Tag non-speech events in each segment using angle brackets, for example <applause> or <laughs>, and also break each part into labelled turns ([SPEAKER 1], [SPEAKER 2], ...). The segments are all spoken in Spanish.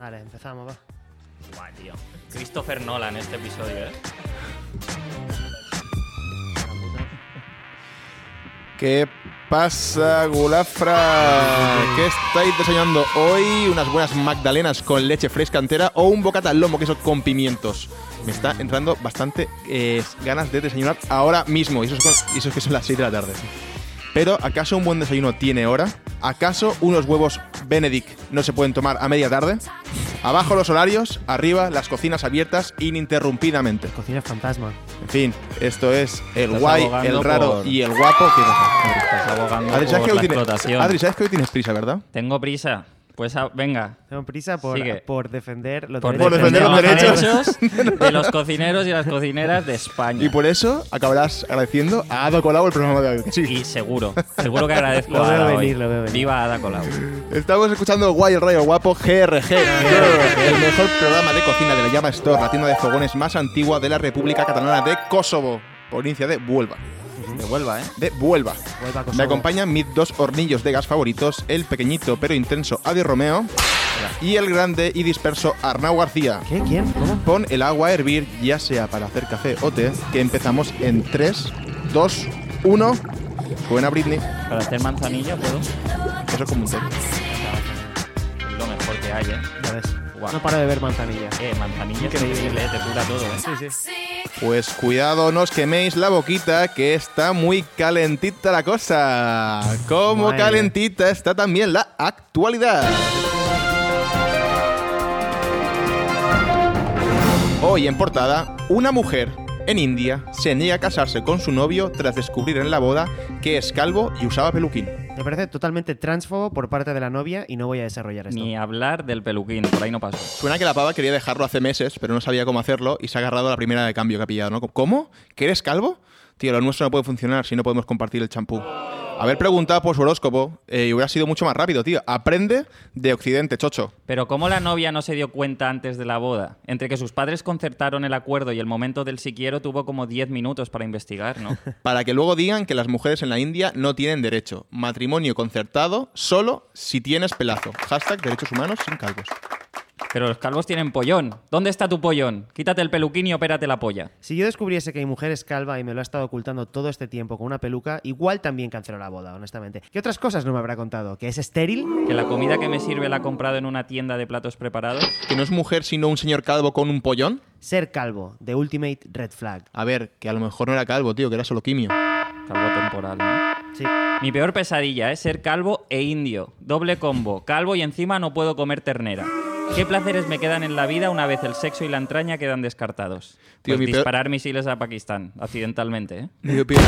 [SPEAKER 1] Vale, empezamos, va.
[SPEAKER 2] Buah, tío. Christopher Nolan este episodio, ¿eh?
[SPEAKER 3] ¿Qué pasa, Gulafra? ¿Qué estáis desayunando hoy? ¿Unas buenas magdalenas con leche fresca entera o un bocata al lomo, queso con pimientos? Me está entrando bastante eh, ganas de desayunar ahora mismo, y eso, es con- y eso es que son las 6 de la tarde. Pero, ¿acaso un buen desayuno tiene hora? ¿Acaso unos huevos Benedict no se pueden tomar a media tarde? Abajo los horarios, arriba las cocinas abiertas ininterrumpidamente.
[SPEAKER 1] Cocina fantasma.
[SPEAKER 3] En fin, esto es el
[SPEAKER 2] Estás
[SPEAKER 3] guay,
[SPEAKER 2] abogando
[SPEAKER 3] el raro
[SPEAKER 2] por-
[SPEAKER 3] y el guapo. que nos-
[SPEAKER 2] Estás abogando
[SPEAKER 3] Adri, ¿sabes
[SPEAKER 2] por
[SPEAKER 3] que
[SPEAKER 2] la
[SPEAKER 3] hoy tienes-
[SPEAKER 2] explotación.
[SPEAKER 3] Adri, ¿sabes que hoy tienes prisa, verdad?
[SPEAKER 2] Tengo prisa. Pues ah, venga.
[SPEAKER 1] Tengo prisa por,
[SPEAKER 2] Sigue.
[SPEAKER 1] por defender los
[SPEAKER 2] Por
[SPEAKER 1] derechos.
[SPEAKER 3] defender los derechos.
[SPEAKER 2] derechos de los cocineros y las cocineras de España.
[SPEAKER 3] Y por eso acabarás agradeciendo a Ada Colau el programa de hoy. Sí.
[SPEAKER 2] Y seguro, seguro que agradezco
[SPEAKER 1] Lo
[SPEAKER 2] a
[SPEAKER 1] veo
[SPEAKER 2] Ada hoy.
[SPEAKER 1] venir, lo veo venir.
[SPEAKER 2] Viva Ada Colau.
[SPEAKER 3] Estamos escuchando el Guay, el Rayo Guapo, GRG. El mejor programa de cocina de la Llama Store, la tienda de fogones más antigua de la República Catalana de Kosovo, provincia de Huelva.
[SPEAKER 2] Que vuelva, ¿eh?
[SPEAKER 3] De Huelva.
[SPEAKER 1] Vuelva a Kosovo.
[SPEAKER 3] Me acompañan mis dos hornillos de gas favoritos, el pequeñito pero intenso Adi Romeo y el grande y disperso Arnau García.
[SPEAKER 1] ¿Qué? ¿Quién? ¿Cómo?
[SPEAKER 3] Pon el agua a hervir, ya sea para hacer café o té, que empezamos en 3, 2, 1. Buena Britney.
[SPEAKER 2] Para hacer manzanilla puedo.
[SPEAKER 3] Eso es como un té.
[SPEAKER 2] Es lo mejor que hay, ¿eh?
[SPEAKER 1] Ya ves.
[SPEAKER 2] Guau.
[SPEAKER 1] No paro de ver manzanilla.
[SPEAKER 2] Eh, manzanilla es increíble, ¿eh? te cura todo, ¿eh?
[SPEAKER 1] Sí, sí.
[SPEAKER 3] Pues cuidado, no os queméis la boquita, que está muy calentita la cosa. Como
[SPEAKER 1] Madre.
[SPEAKER 3] calentita está también la actualidad. Hoy en portada, una mujer en India se niega a casarse con su novio tras descubrir en la boda que es calvo y usaba peluquín.
[SPEAKER 1] Me parece totalmente transfobo por parte de la novia y no voy a desarrollar esto.
[SPEAKER 2] Ni hablar del peluquín, por ahí no paso.
[SPEAKER 3] Suena que la pava quería dejarlo hace meses, pero no sabía cómo hacerlo y se ha agarrado a la primera de cambio que ha pillado, ¿no? ¿Cómo? ¿Que eres calvo? Tío, lo nuestro no puede funcionar si no podemos compartir el champú. Haber preguntado por su horóscopo eh, hubiera sido mucho más rápido, tío. Aprende de Occidente, chocho.
[SPEAKER 2] Pero ¿cómo la novia no se dio cuenta antes de la boda? Entre que sus padres concertaron el acuerdo y el momento del si quiero tuvo como 10 minutos para investigar,
[SPEAKER 3] <laughs>
[SPEAKER 2] ¿no?
[SPEAKER 3] Para que luego digan que las mujeres en la India no tienen derecho. Matrimonio concertado solo si tienes pelazo. Hashtag derechos humanos sin calvos.
[SPEAKER 2] Pero los calvos tienen pollón. ¿Dónde está tu pollón? Quítate el peluquín y opérate la polla.
[SPEAKER 1] Si yo descubriese que mi mujer es calva y me lo ha estado ocultando todo este tiempo con una peluca, igual también canceló la boda, honestamente. ¿Qué otras cosas no me habrá contado? ¿Que es estéril?
[SPEAKER 2] Que la comida que me sirve la ha comprado en una tienda de platos preparados.
[SPEAKER 3] ¿Que no es mujer sino un señor calvo con un pollón?
[SPEAKER 1] Ser calvo, The Ultimate Red Flag.
[SPEAKER 3] A ver, que a lo mejor no era calvo, tío, que era solo quimio.
[SPEAKER 2] Calvo temporal, ¿no?
[SPEAKER 1] Sí.
[SPEAKER 2] Mi peor pesadilla es ser calvo e indio. Doble combo. Calvo y encima no puedo comer ternera. ¿Qué placeres me quedan en la vida una vez el sexo y la entraña quedan descartados?
[SPEAKER 3] Tío,
[SPEAKER 2] Pues
[SPEAKER 3] mi peor-
[SPEAKER 2] disparar misiles a Pakistán, accidentalmente, ¿eh?
[SPEAKER 3] Mi peor,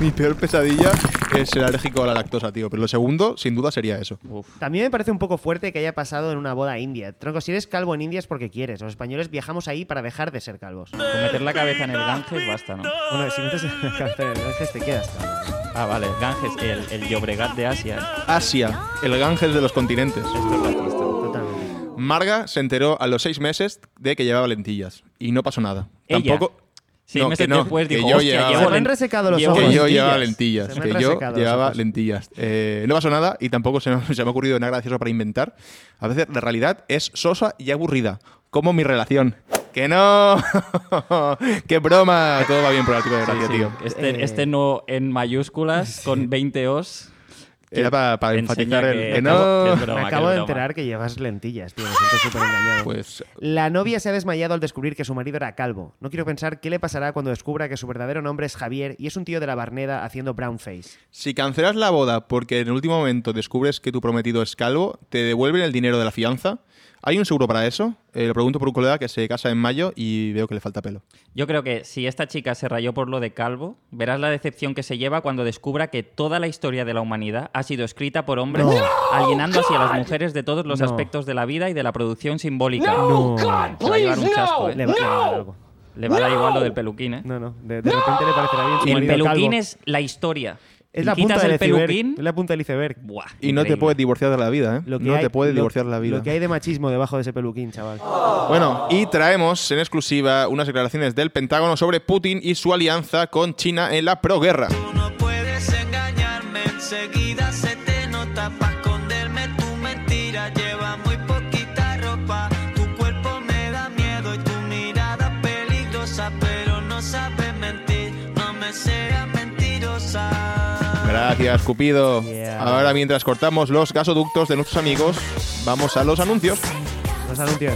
[SPEAKER 3] mi peor pesadilla es ser alérgico a la lactosa, tío. Pero lo segundo, sin duda, sería eso.
[SPEAKER 2] Uf.
[SPEAKER 1] También me parece un poco fuerte que haya pasado en una boda india. Tronco, si eres calvo en India es porque quieres. Los españoles viajamos ahí para dejar de ser calvos.
[SPEAKER 2] Con meter la cabeza en el Ganges basta, ¿no?
[SPEAKER 1] Bueno, si metes la cabeza en el <laughs> Ganges, te quedas calvo.
[SPEAKER 2] Ah, vale, el Ganges, el, el Llobregat de Asia. ¿eh?
[SPEAKER 3] Asia, el Ganges de los continentes.
[SPEAKER 2] Esto es racista.
[SPEAKER 1] Totalmente.
[SPEAKER 3] Marga se enteró a los seis meses de que llevaba lentillas. Y no pasó nada.
[SPEAKER 2] Ella.
[SPEAKER 3] Tampoco.
[SPEAKER 2] Seis
[SPEAKER 3] No,
[SPEAKER 2] meses
[SPEAKER 3] que no,
[SPEAKER 2] después
[SPEAKER 3] que
[SPEAKER 2] dijo,
[SPEAKER 3] yo
[SPEAKER 2] hostia,
[SPEAKER 3] llevaba-
[SPEAKER 2] llevo
[SPEAKER 3] Se me
[SPEAKER 1] han
[SPEAKER 2] lent-
[SPEAKER 1] resecado los
[SPEAKER 2] llevo
[SPEAKER 1] ojos.
[SPEAKER 3] Que yo
[SPEAKER 1] Se
[SPEAKER 2] lentillas".
[SPEAKER 3] llevaba lentillas.
[SPEAKER 1] me han
[SPEAKER 3] Que yo
[SPEAKER 1] resecado los
[SPEAKER 3] llevaba
[SPEAKER 1] ojos.
[SPEAKER 3] lentillas. Eh, no pasó nada y tampoco se me, <laughs> se me ha ocurrido nada gracioso para inventar. A veces la realidad es sosa y aburrida. Como mi relación. ¡Que no! <laughs> ¡Qué broma! Todo va bien por el artículo de
[SPEAKER 2] Sí,
[SPEAKER 3] gracia,
[SPEAKER 2] sí.
[SPEAKER 3] tío.
[SPEAKER 2] Este,
[SPEAKER 1] Eh,
[SPEAKER 2] este no en mayúsculas,
[SPEAKER 1] <laughs>
[SPEAKER 2] con 20 os.
[SPEAKER 3] Era para, para
[SPEAKER 2] Enseña
[SPEAKER 3] enfatizar el.
[SPEAKER 2] que-
[SPEAKER 3] que
[SPEAKER 2] acabo-
[SPEAKER 3] no.
[SPEAKER 2] que es broma,
[SPEAKER 1] Me
[SPEAKER 2] que
[SPEAKER 1] acabo
[SPEAKER 2] es
[SPEAKER 1] de
[SPEAKER 2] broma.
[SPEAKER 1] enterar que llevas lentillas, tío. Me siento súper engañado.
[SPEAKER 3] Pues
[SPEAKER 1] La novia se ha desmayado al descubrir que su marido era calvo. No quiero pensar qué le pasará cuando descubra que su verdadero nombre es Javier y es un tío de la Barneda haciendo brown face.
[SPEAKER 3] si cancelas la boda porque en el último momento descubres que tu prometido es calvo, te devuelven el dinero de la fianza. ¿Hay un seguro para eso? Eh, lo pregunto por un colega que se casa en mayo y veo que le falta pelo.
[SPEAKER 2] Yo creo que si esta chica se rayó por lo de calvo, verás la decepción que se lleva cuando descubra que toda la historia de la humanidad ha sido escrita por hombres,
[SPEAKER 1] No.
[SPEAKER 2] alienando así a las mujeres de todos los
[SPEAKER 1] No.
[SPEAKER 2] aspectos de la vida y de la producción simbólica.
[SPEAKER 1] No.
[SPEAKER 2] Se va a llevar un chasco, ¿eh?
[SPEAKER 1] Le va, le va a dar algo.
[SPEAKER 2] Le va a dar igual lo del peluquín, ¿eh?
[SPEAKER 1] No, no. De, de repente le parecerá bien. su
[SPEAKER 2] El
[SPEAKER 1] marido
[SPEAKER 2] peluquín
[SPEAKER 1] calvo.
[SPEAKER 2] es la historia.
[SPEAKER 1] Es
[SPEAKER 2] Le
[SPEAKER 1] la punta
[SPEAKER 2] quitas
[SPEAKER 1] del
[SPEAKER 2] el
[SPEAKER 1] iceberg.
[SPEAKER 2] peluquín.
[SPEAKER 1] Es la punta del iceberg.
[SPEAKER 2] Buah,
[SPEAKER 3] Y no te
[SPEAKER 2] increíble.
[SPEAKER 3] puedes divorciar de la vida, ¿eh?
[SPEAKER 1] Lo que
[SPEAKER 3] no
[SPEAKER 1] hay-
[SPEAKER 3] te puedes
[SPEAKER 1] lo-
[SPEAKER 3] divorciar de la vida.
[SPEAKER 1] Lo que hay de machismo debajo de ese peluquín, chaval.
[SPEAKER 3] Bueno, y traemos en exclusiva unas declaraciones del Pentágono sobre Putin y su alianza con China en la proguerra.
[SPEAKER 4] No puedes engañarme, enseguida se te nota. Para esconderme tu mentira, lleva muy poquito.
[SPEAKER 3] Gracias, Cupido.
[SPEAKER 1] Yeah.
[SPEAKER 3] Ahora, mientras cortamos los gasoductos de nuestros amigos, vamos a los anuncios. Pues
[SPEAKER 1] Los anuncios.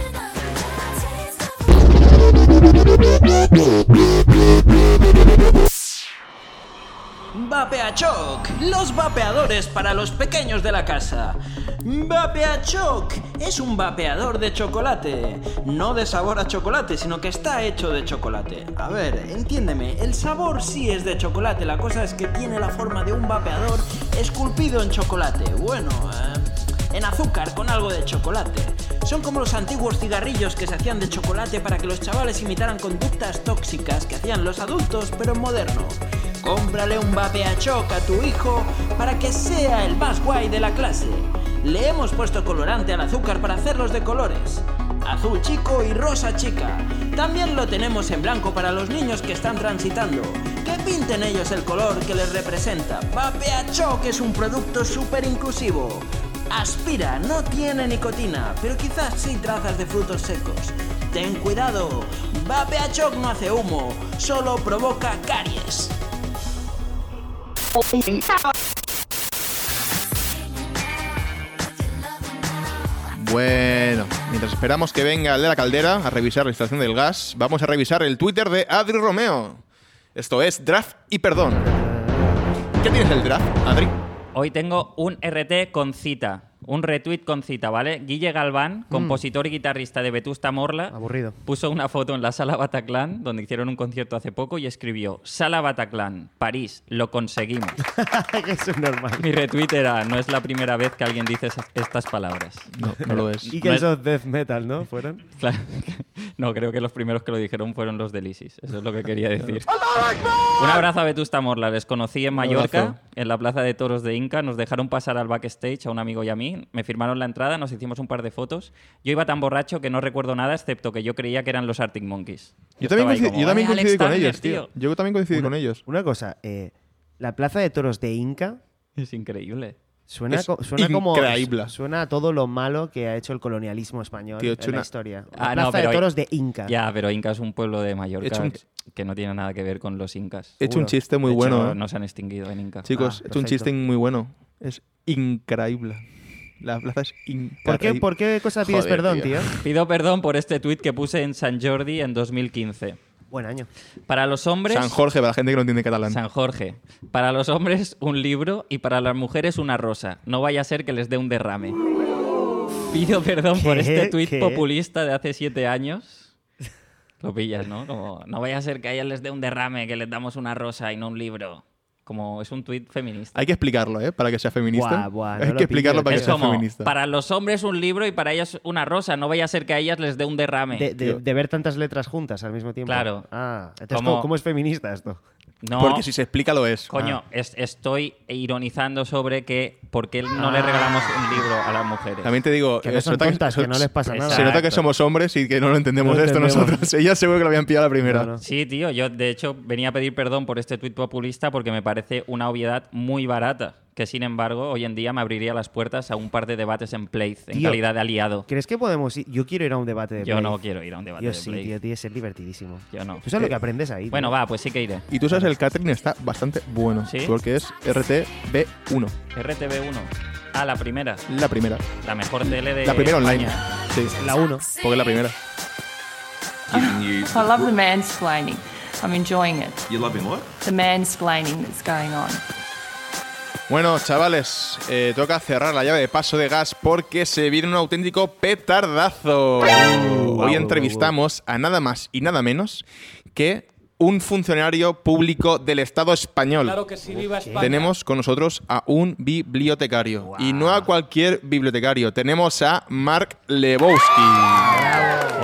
[SPEAKER 4] Vapeachoc, los vapeadores para los pequeños de la casa. Vapeachoc es un vapeador de chocolate. No de sabor a chocolate, sino que está hecho de chocolate. A ver, entiéndeme, el sabor sí es de chocolate, la cosa es que tiene la forma de un vapeador esculpido en chocolate. Bueno, eh, en azúcar con algo de chocolate. Son como los antiguos cigarrillos que se hacían de chocolate para que los chavales imitaran conductas tóxicas que hacían los adultos, pero en moderno. Cómprale un vapeachoc a tu hijo para que sea el más guay de la clase. Le hemos puesto colorante al azúcar para hacerlos de colores. Azul chico y rosa chica. También lo tenemos en blanco para los niños que están transitando. Que pinten ellos el color que les representa. Vapeachoc es un producto súper inclusivo. Aspira, no tiene nicotina, pero quizás sí trazas de frutos secos. Ten cuidado, Vapeachoc no hace humo, solo provoca caries.
[SPEAKER 3] Bueno, mientras esperamos que venga el de la caldera a revisar la instalación del gas, vamos a revisar el Twitter de Adri Romeo. Esto es Draft y Perdón. ¿Qué tienes el draft, Adri?
[SPEAKER 2] Hoy tengo un RT con cita, un retweet con cita, ¿vale? Guille
[SPEAKER 1] Mm.
[SPEAKER 2] Galván, compositor y guitarrista de Vetusta Morla,
[SPEAKER 1] Aburrido.
[SPEAKER 2] puso una foto en la sala Bataclan, donde hicieron un concierto hace poco, y escribió, Sala Bataclan, París, lo conseguimos.
[SPEAKER 1] <laughs>
[SPEAKER 2] <laughs>
[SPEAKER 1] que es un normal.
[SPEAKER 3] <laughs>
[SPEAKER 2] Mi retweet era, no es la primera vez que alguien dice esas- estas palabras.
[SPEAKER 3] No, no lo es.
[SPEAKER 1] Y que eso es death metal,
[SPEAKER 3] <laughs>
[SPEAKER 1] ¿no? Fueron.
[SPEAKER 2] Claro. <laughs> No, creo que los primeros que lo dijeron fueron los del ISIS. Eso es lo que quería decir. Un abrazo a Vetusta Morla. Les conocí en
[SPEAKER 3] abrazo.
[SPEAKER 2] Mallorca, en la Plaza de Toros de Inca. Nos dejaron pasar al backstage a un amigo y a mí. Me firmaron la entrada, nos hicimos un par de fotos. Yo iba tan borracho que no recuerdo nada, excepto que yo creía que eran los Arctic Monkeys.
[SPEAKER 3] Yo también,
[SPEAKER 2] estaba ahí como,
[SPEAKER 3] coincidí, yo también
[SPEAKER 2] "Eh, Alex
[SPEAKER 3] coincidí con
[SPEAKER 2] Turner,
[SPEAKER 3] ellos, tío. Yo también coincidí con ellos.
[SPEAKER 1] Una cosa, eh, la plaza de toros de Inca
[SPEAKER 2] Es increíble.
[SPEAKER 1] suena,
[SPEAKER 3] Es
[SPEAKER 1] co- suena como.
[SPEAKER 3] increíble.
[SPEAKER 1] Suena a todo lo malo que ha hecho el colonialismo español
[SPEAKER 3] Tío,
[SPEAKER 1] en
[SPEAKER 3] suena-
[SPEAKER 1] la historia. La
[SPEAKER 2] Ah,
[SPEAKER 1] plaza
[SPEAKER 2] no, pero
[SPEAKER 1] de
[SPEAKER 2] hay-
[SPEAKER 1] toros de Inca.
[SPEAKER 2] Ya, pero Inca es un pueblo de Mallorca
[SPEAKER 3] Hecho un-
[SPEAKER 2] que- que no tiene nada que ver con los incas.
[SPEAKER 3] He hecho
[SPEAKER 1] Seguro.
[SPEAKER 3] un chiste muy
[SPEAKER 2] De hecho,
[SPEAKER 3] bueno. ¿eh?
[SPEAKER 2] No se han extinguido en Inca.
[SPEAKER 3] Chicos,
[SPEAKER 1] Ah,
[SPEAKER 3] he hecho un
[SPEAKER 1] perfecto.
[SPEAKER 3] chiste muy bueno. Es increíble. La plaza es increíble.
[SPEAKER 1] ¿Por, qué, ¿Por qué cosa pides
[SPEAKER 3] Joder,
[SPEAKER 1] perdón,
[SPEAKER 3] tío.
[SPEAKER 1] tío?
[SPEAKER 2] Pido perdón por este tuit que puse en San Jordi en 2015.
[SPEAKER 1] Buen año.
[SPEAKER 2] Para los hombres,
[SPEAKER 3] San Jorge, para la gente que no entiende catalán.
[SPEAKER 2] San Jorge. Para los hombres, un libro y para las mujeres, una rosa. No vaya a ser que les dé un derrame. Pido perdón por
[SPEAKER 1] ¿Qué?
[SPEAKER 2] este tuit
[SPEAKER 1] ¿Qué?
[SPEAKER 2] populista de hace siete años. Lo pillas, ¿no? Como, no vaya a ser que a ellas les dé un derrame, que les damos una rosa y no un libro. Como es un tuit feminista.
[SPEAKER 3] Hay que explicarlo, ¿eh? Para que sea
[SPEAKER 1] Buah,
[SPEAKER 3] feminista.
[SPEAKER 1] buah, no
[SPEAKER 3] Hay
[SPEAKER 1] lo
[SPEAKER 3] que explicarlo
[SPEAKER 1] pillo,
[SPEAKER 3] para que
[SPEAKER 2] Es
[SPEAKER 3] sea
[SPEAKER 2] como,
[SPEAKER 3] feminista.
[SPEAKER 2] para los hombres un libro y para ellas una rosa. No vaya a ser que a ellas les dé un derrame.
[SPEAKER 1] De, de-
[SPEAKER 3] tío.
[SPEAKER 1] de ver tantas letras juntas al mismo tiempo.
[SPEAKER 2] Claro.
[SPEAKER 1] Ah, entonces,
[SPEAKER 2] Como-
[SPEAKER 1] ¿cómo, cómo es feminista esto?
[SPEAKER 2] no.
[SPEAKER 3] Porque si se explica lo es.
[SPEAKER 2] Coño, es- estoy ironizando sobre que por qué no le regalamos un libro a las mujeres.
[SPEAKER 3] También te digo,
[SPEAKER 1] Que no
[SPEAKER 3] eh,
[SPEAKER 1] son tontas, que no les
[SPEAKER 3] <laughs>
[SPEAKER 1] pasa nada.
[SPEAKER 3] Se nota que
[SPEAKER 2] Exacto.
[SPEAKER 3] somos hombres y que no lo entendemos
[SPEAKER 1] No lo
[SPEAKER 3] esto
[SPEAKER 1] entendemos.
[SPEAKER 3] nosotros. <laughs> Ellas seguro que lo habían pillado a la primera.
[SPEAKER 1] No, no.
[SPEAKER 2] Sí, tío, yo de hecho venía a pedir perdón por este tuit populista porque me parece una obviedad muy barata, que sin embargo hoy en día me abriría las puertas a un par de debates en Play en
[SPEAKER 1] Tío,
[SPEAKER 2] calidad de aliado.
[SPEAKER 1] ¿Crees que podemos ir? Yo quiero ir a un debate de
[SPEAKER 2] Yo
[SPEAKER 1] Blade.
[SPEAKER 2] no quiero ir a un debate
[SPEAKER 1] Yo
[SPEAKER 2] de
[SPEAKER 1] sí,
[SPEAKER 2] Play.
[SPEAKER 1] tío, tiene que ser divertidísimo.
[SPEAKER 2] Yo no.
[SPEAKER 1] Tú sabes lo que aprendes ahí.
[SPEAKER 2] Bueno,
[SPEAKER 1] tío.
[SPEAKER 2] va, pues sí que iré.
[SPEAKER 3] Y tú sabes, el catering está bastante bueno.
[SPEAKER 2] ¿Sí?
[SPEAKER 3] Porque es RTB1,
[SPEAKER 2] RTV1. Ah, la primera.
[SPEAKER 3] la primera.
[SPEAKER 2] La mejor tele de
[SPEAKER 3] la primera online.
[SPEAKER 2] España.
[SPEAKER 3] Sí,
[SPEAKER 1] La 1.
[SPEAKER 3] porque es la primera.
[SPEAKER 5] I love the mansplaining. I'm enjoying it.
[SPEAKER 6] You loving what?
[SPEAKER 5] The mansplaining that's going on.
[SPEAKER 3] Bueno, chavales, eh, toca cerrar la llave de paso de gas porque se viene un auténtico petardazo. Hoy entrevistamos a nada más y nada menos que un funcionario público del Estado español.
[SPEAKER 7] Claro que sí, viva España.
[SPEAKER 3] Tenemos con nosotros a un bibliotecario. Y no a cualquier bibliotecario. Tenemos a Mark Lebowski.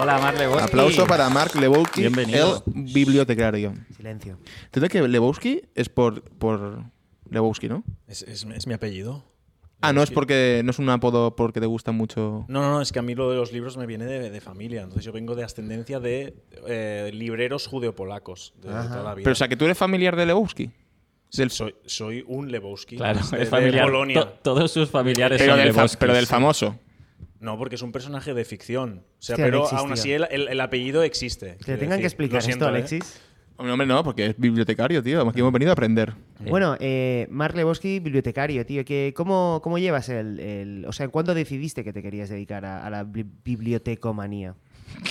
[SPEAKER 2] Hola, Marle. Boschi.
[SPEAKER 3] Aplauso para Mark Lebowski,
[SPEAKER 2] Bienvenido.
[SPEAKER 3] el bibliotecario.
[SPEAKER 1] Silencio.
[SPEAKER 3] Entiendo que Lebowski es por, por Lebowski, ¿no?
[SPEAKER 7] Es, es- es mi apellido.
[SPEAKER 3] Ah, no es porque no es un apodo porque te gusta mucho.
[SPEAKER 7] No, no, no, es que a mí lo de los libros me viene de, de familia. Entonces yo vengo de ascendencia de eh, libreros judeopolacos de, de toda la vida.
[SPEAKER 3] Pero o sea, que tú eres familiar de Lebowski. Del-
[SPEAKER 7] soy, soy un Lebowski <laughs>
[SPEAKER 2] Claro,
[SPEAKER 7] de,
[SPEAKER 2] es
[SPEAKER 7] de
[SPEAKER 2] familiar. To-
[SPEAKER 7] Polonia.
[SPEAKER 2] todos sus familiares
[SPEAKER 3] pero,
[SPEAKER 2] son
[SPEAKER 3] del
[SPEAKER 2] de
[SPEAKER 3] fa-
[SPEAKER 2] Bosques.
[SPEAKER 3] pero del famoso.
[SPEAKER 7] No, porque es un personaje de ficción. O sea,
[SPEAKER 1] Hostia, no
[SPEAKER 7] pero
[SPEAKER 1] existía.
[SPEAKER 7] aún así el, el- el apellido existe.
[SPEAKER 1] Que
[SPEAKER 7] quiero
[SPEAKER 1] tengan que
[SPEAKER 7] decir.
[SPEAKER 1] explicar
[SPEAKER 7] Lo siento,
[SPEAKER 1] esto,
[SPEAKER 7] ¿eh?
[SPEAKER 1] Alexis.
[SPEAKER 3] No, hombre, no, porque es bibliotecario, tío. Aquí hemos venido a aprender.
[SPEAKER 1] Bueno, eh, Mark Lebowski, bibliotecario, tío. Que, ¿cómo, ¿Cómo llevas el, el- O sea, ¿cuándo decidiste que te querías dedicar a, a la bi- bibliotecomanía?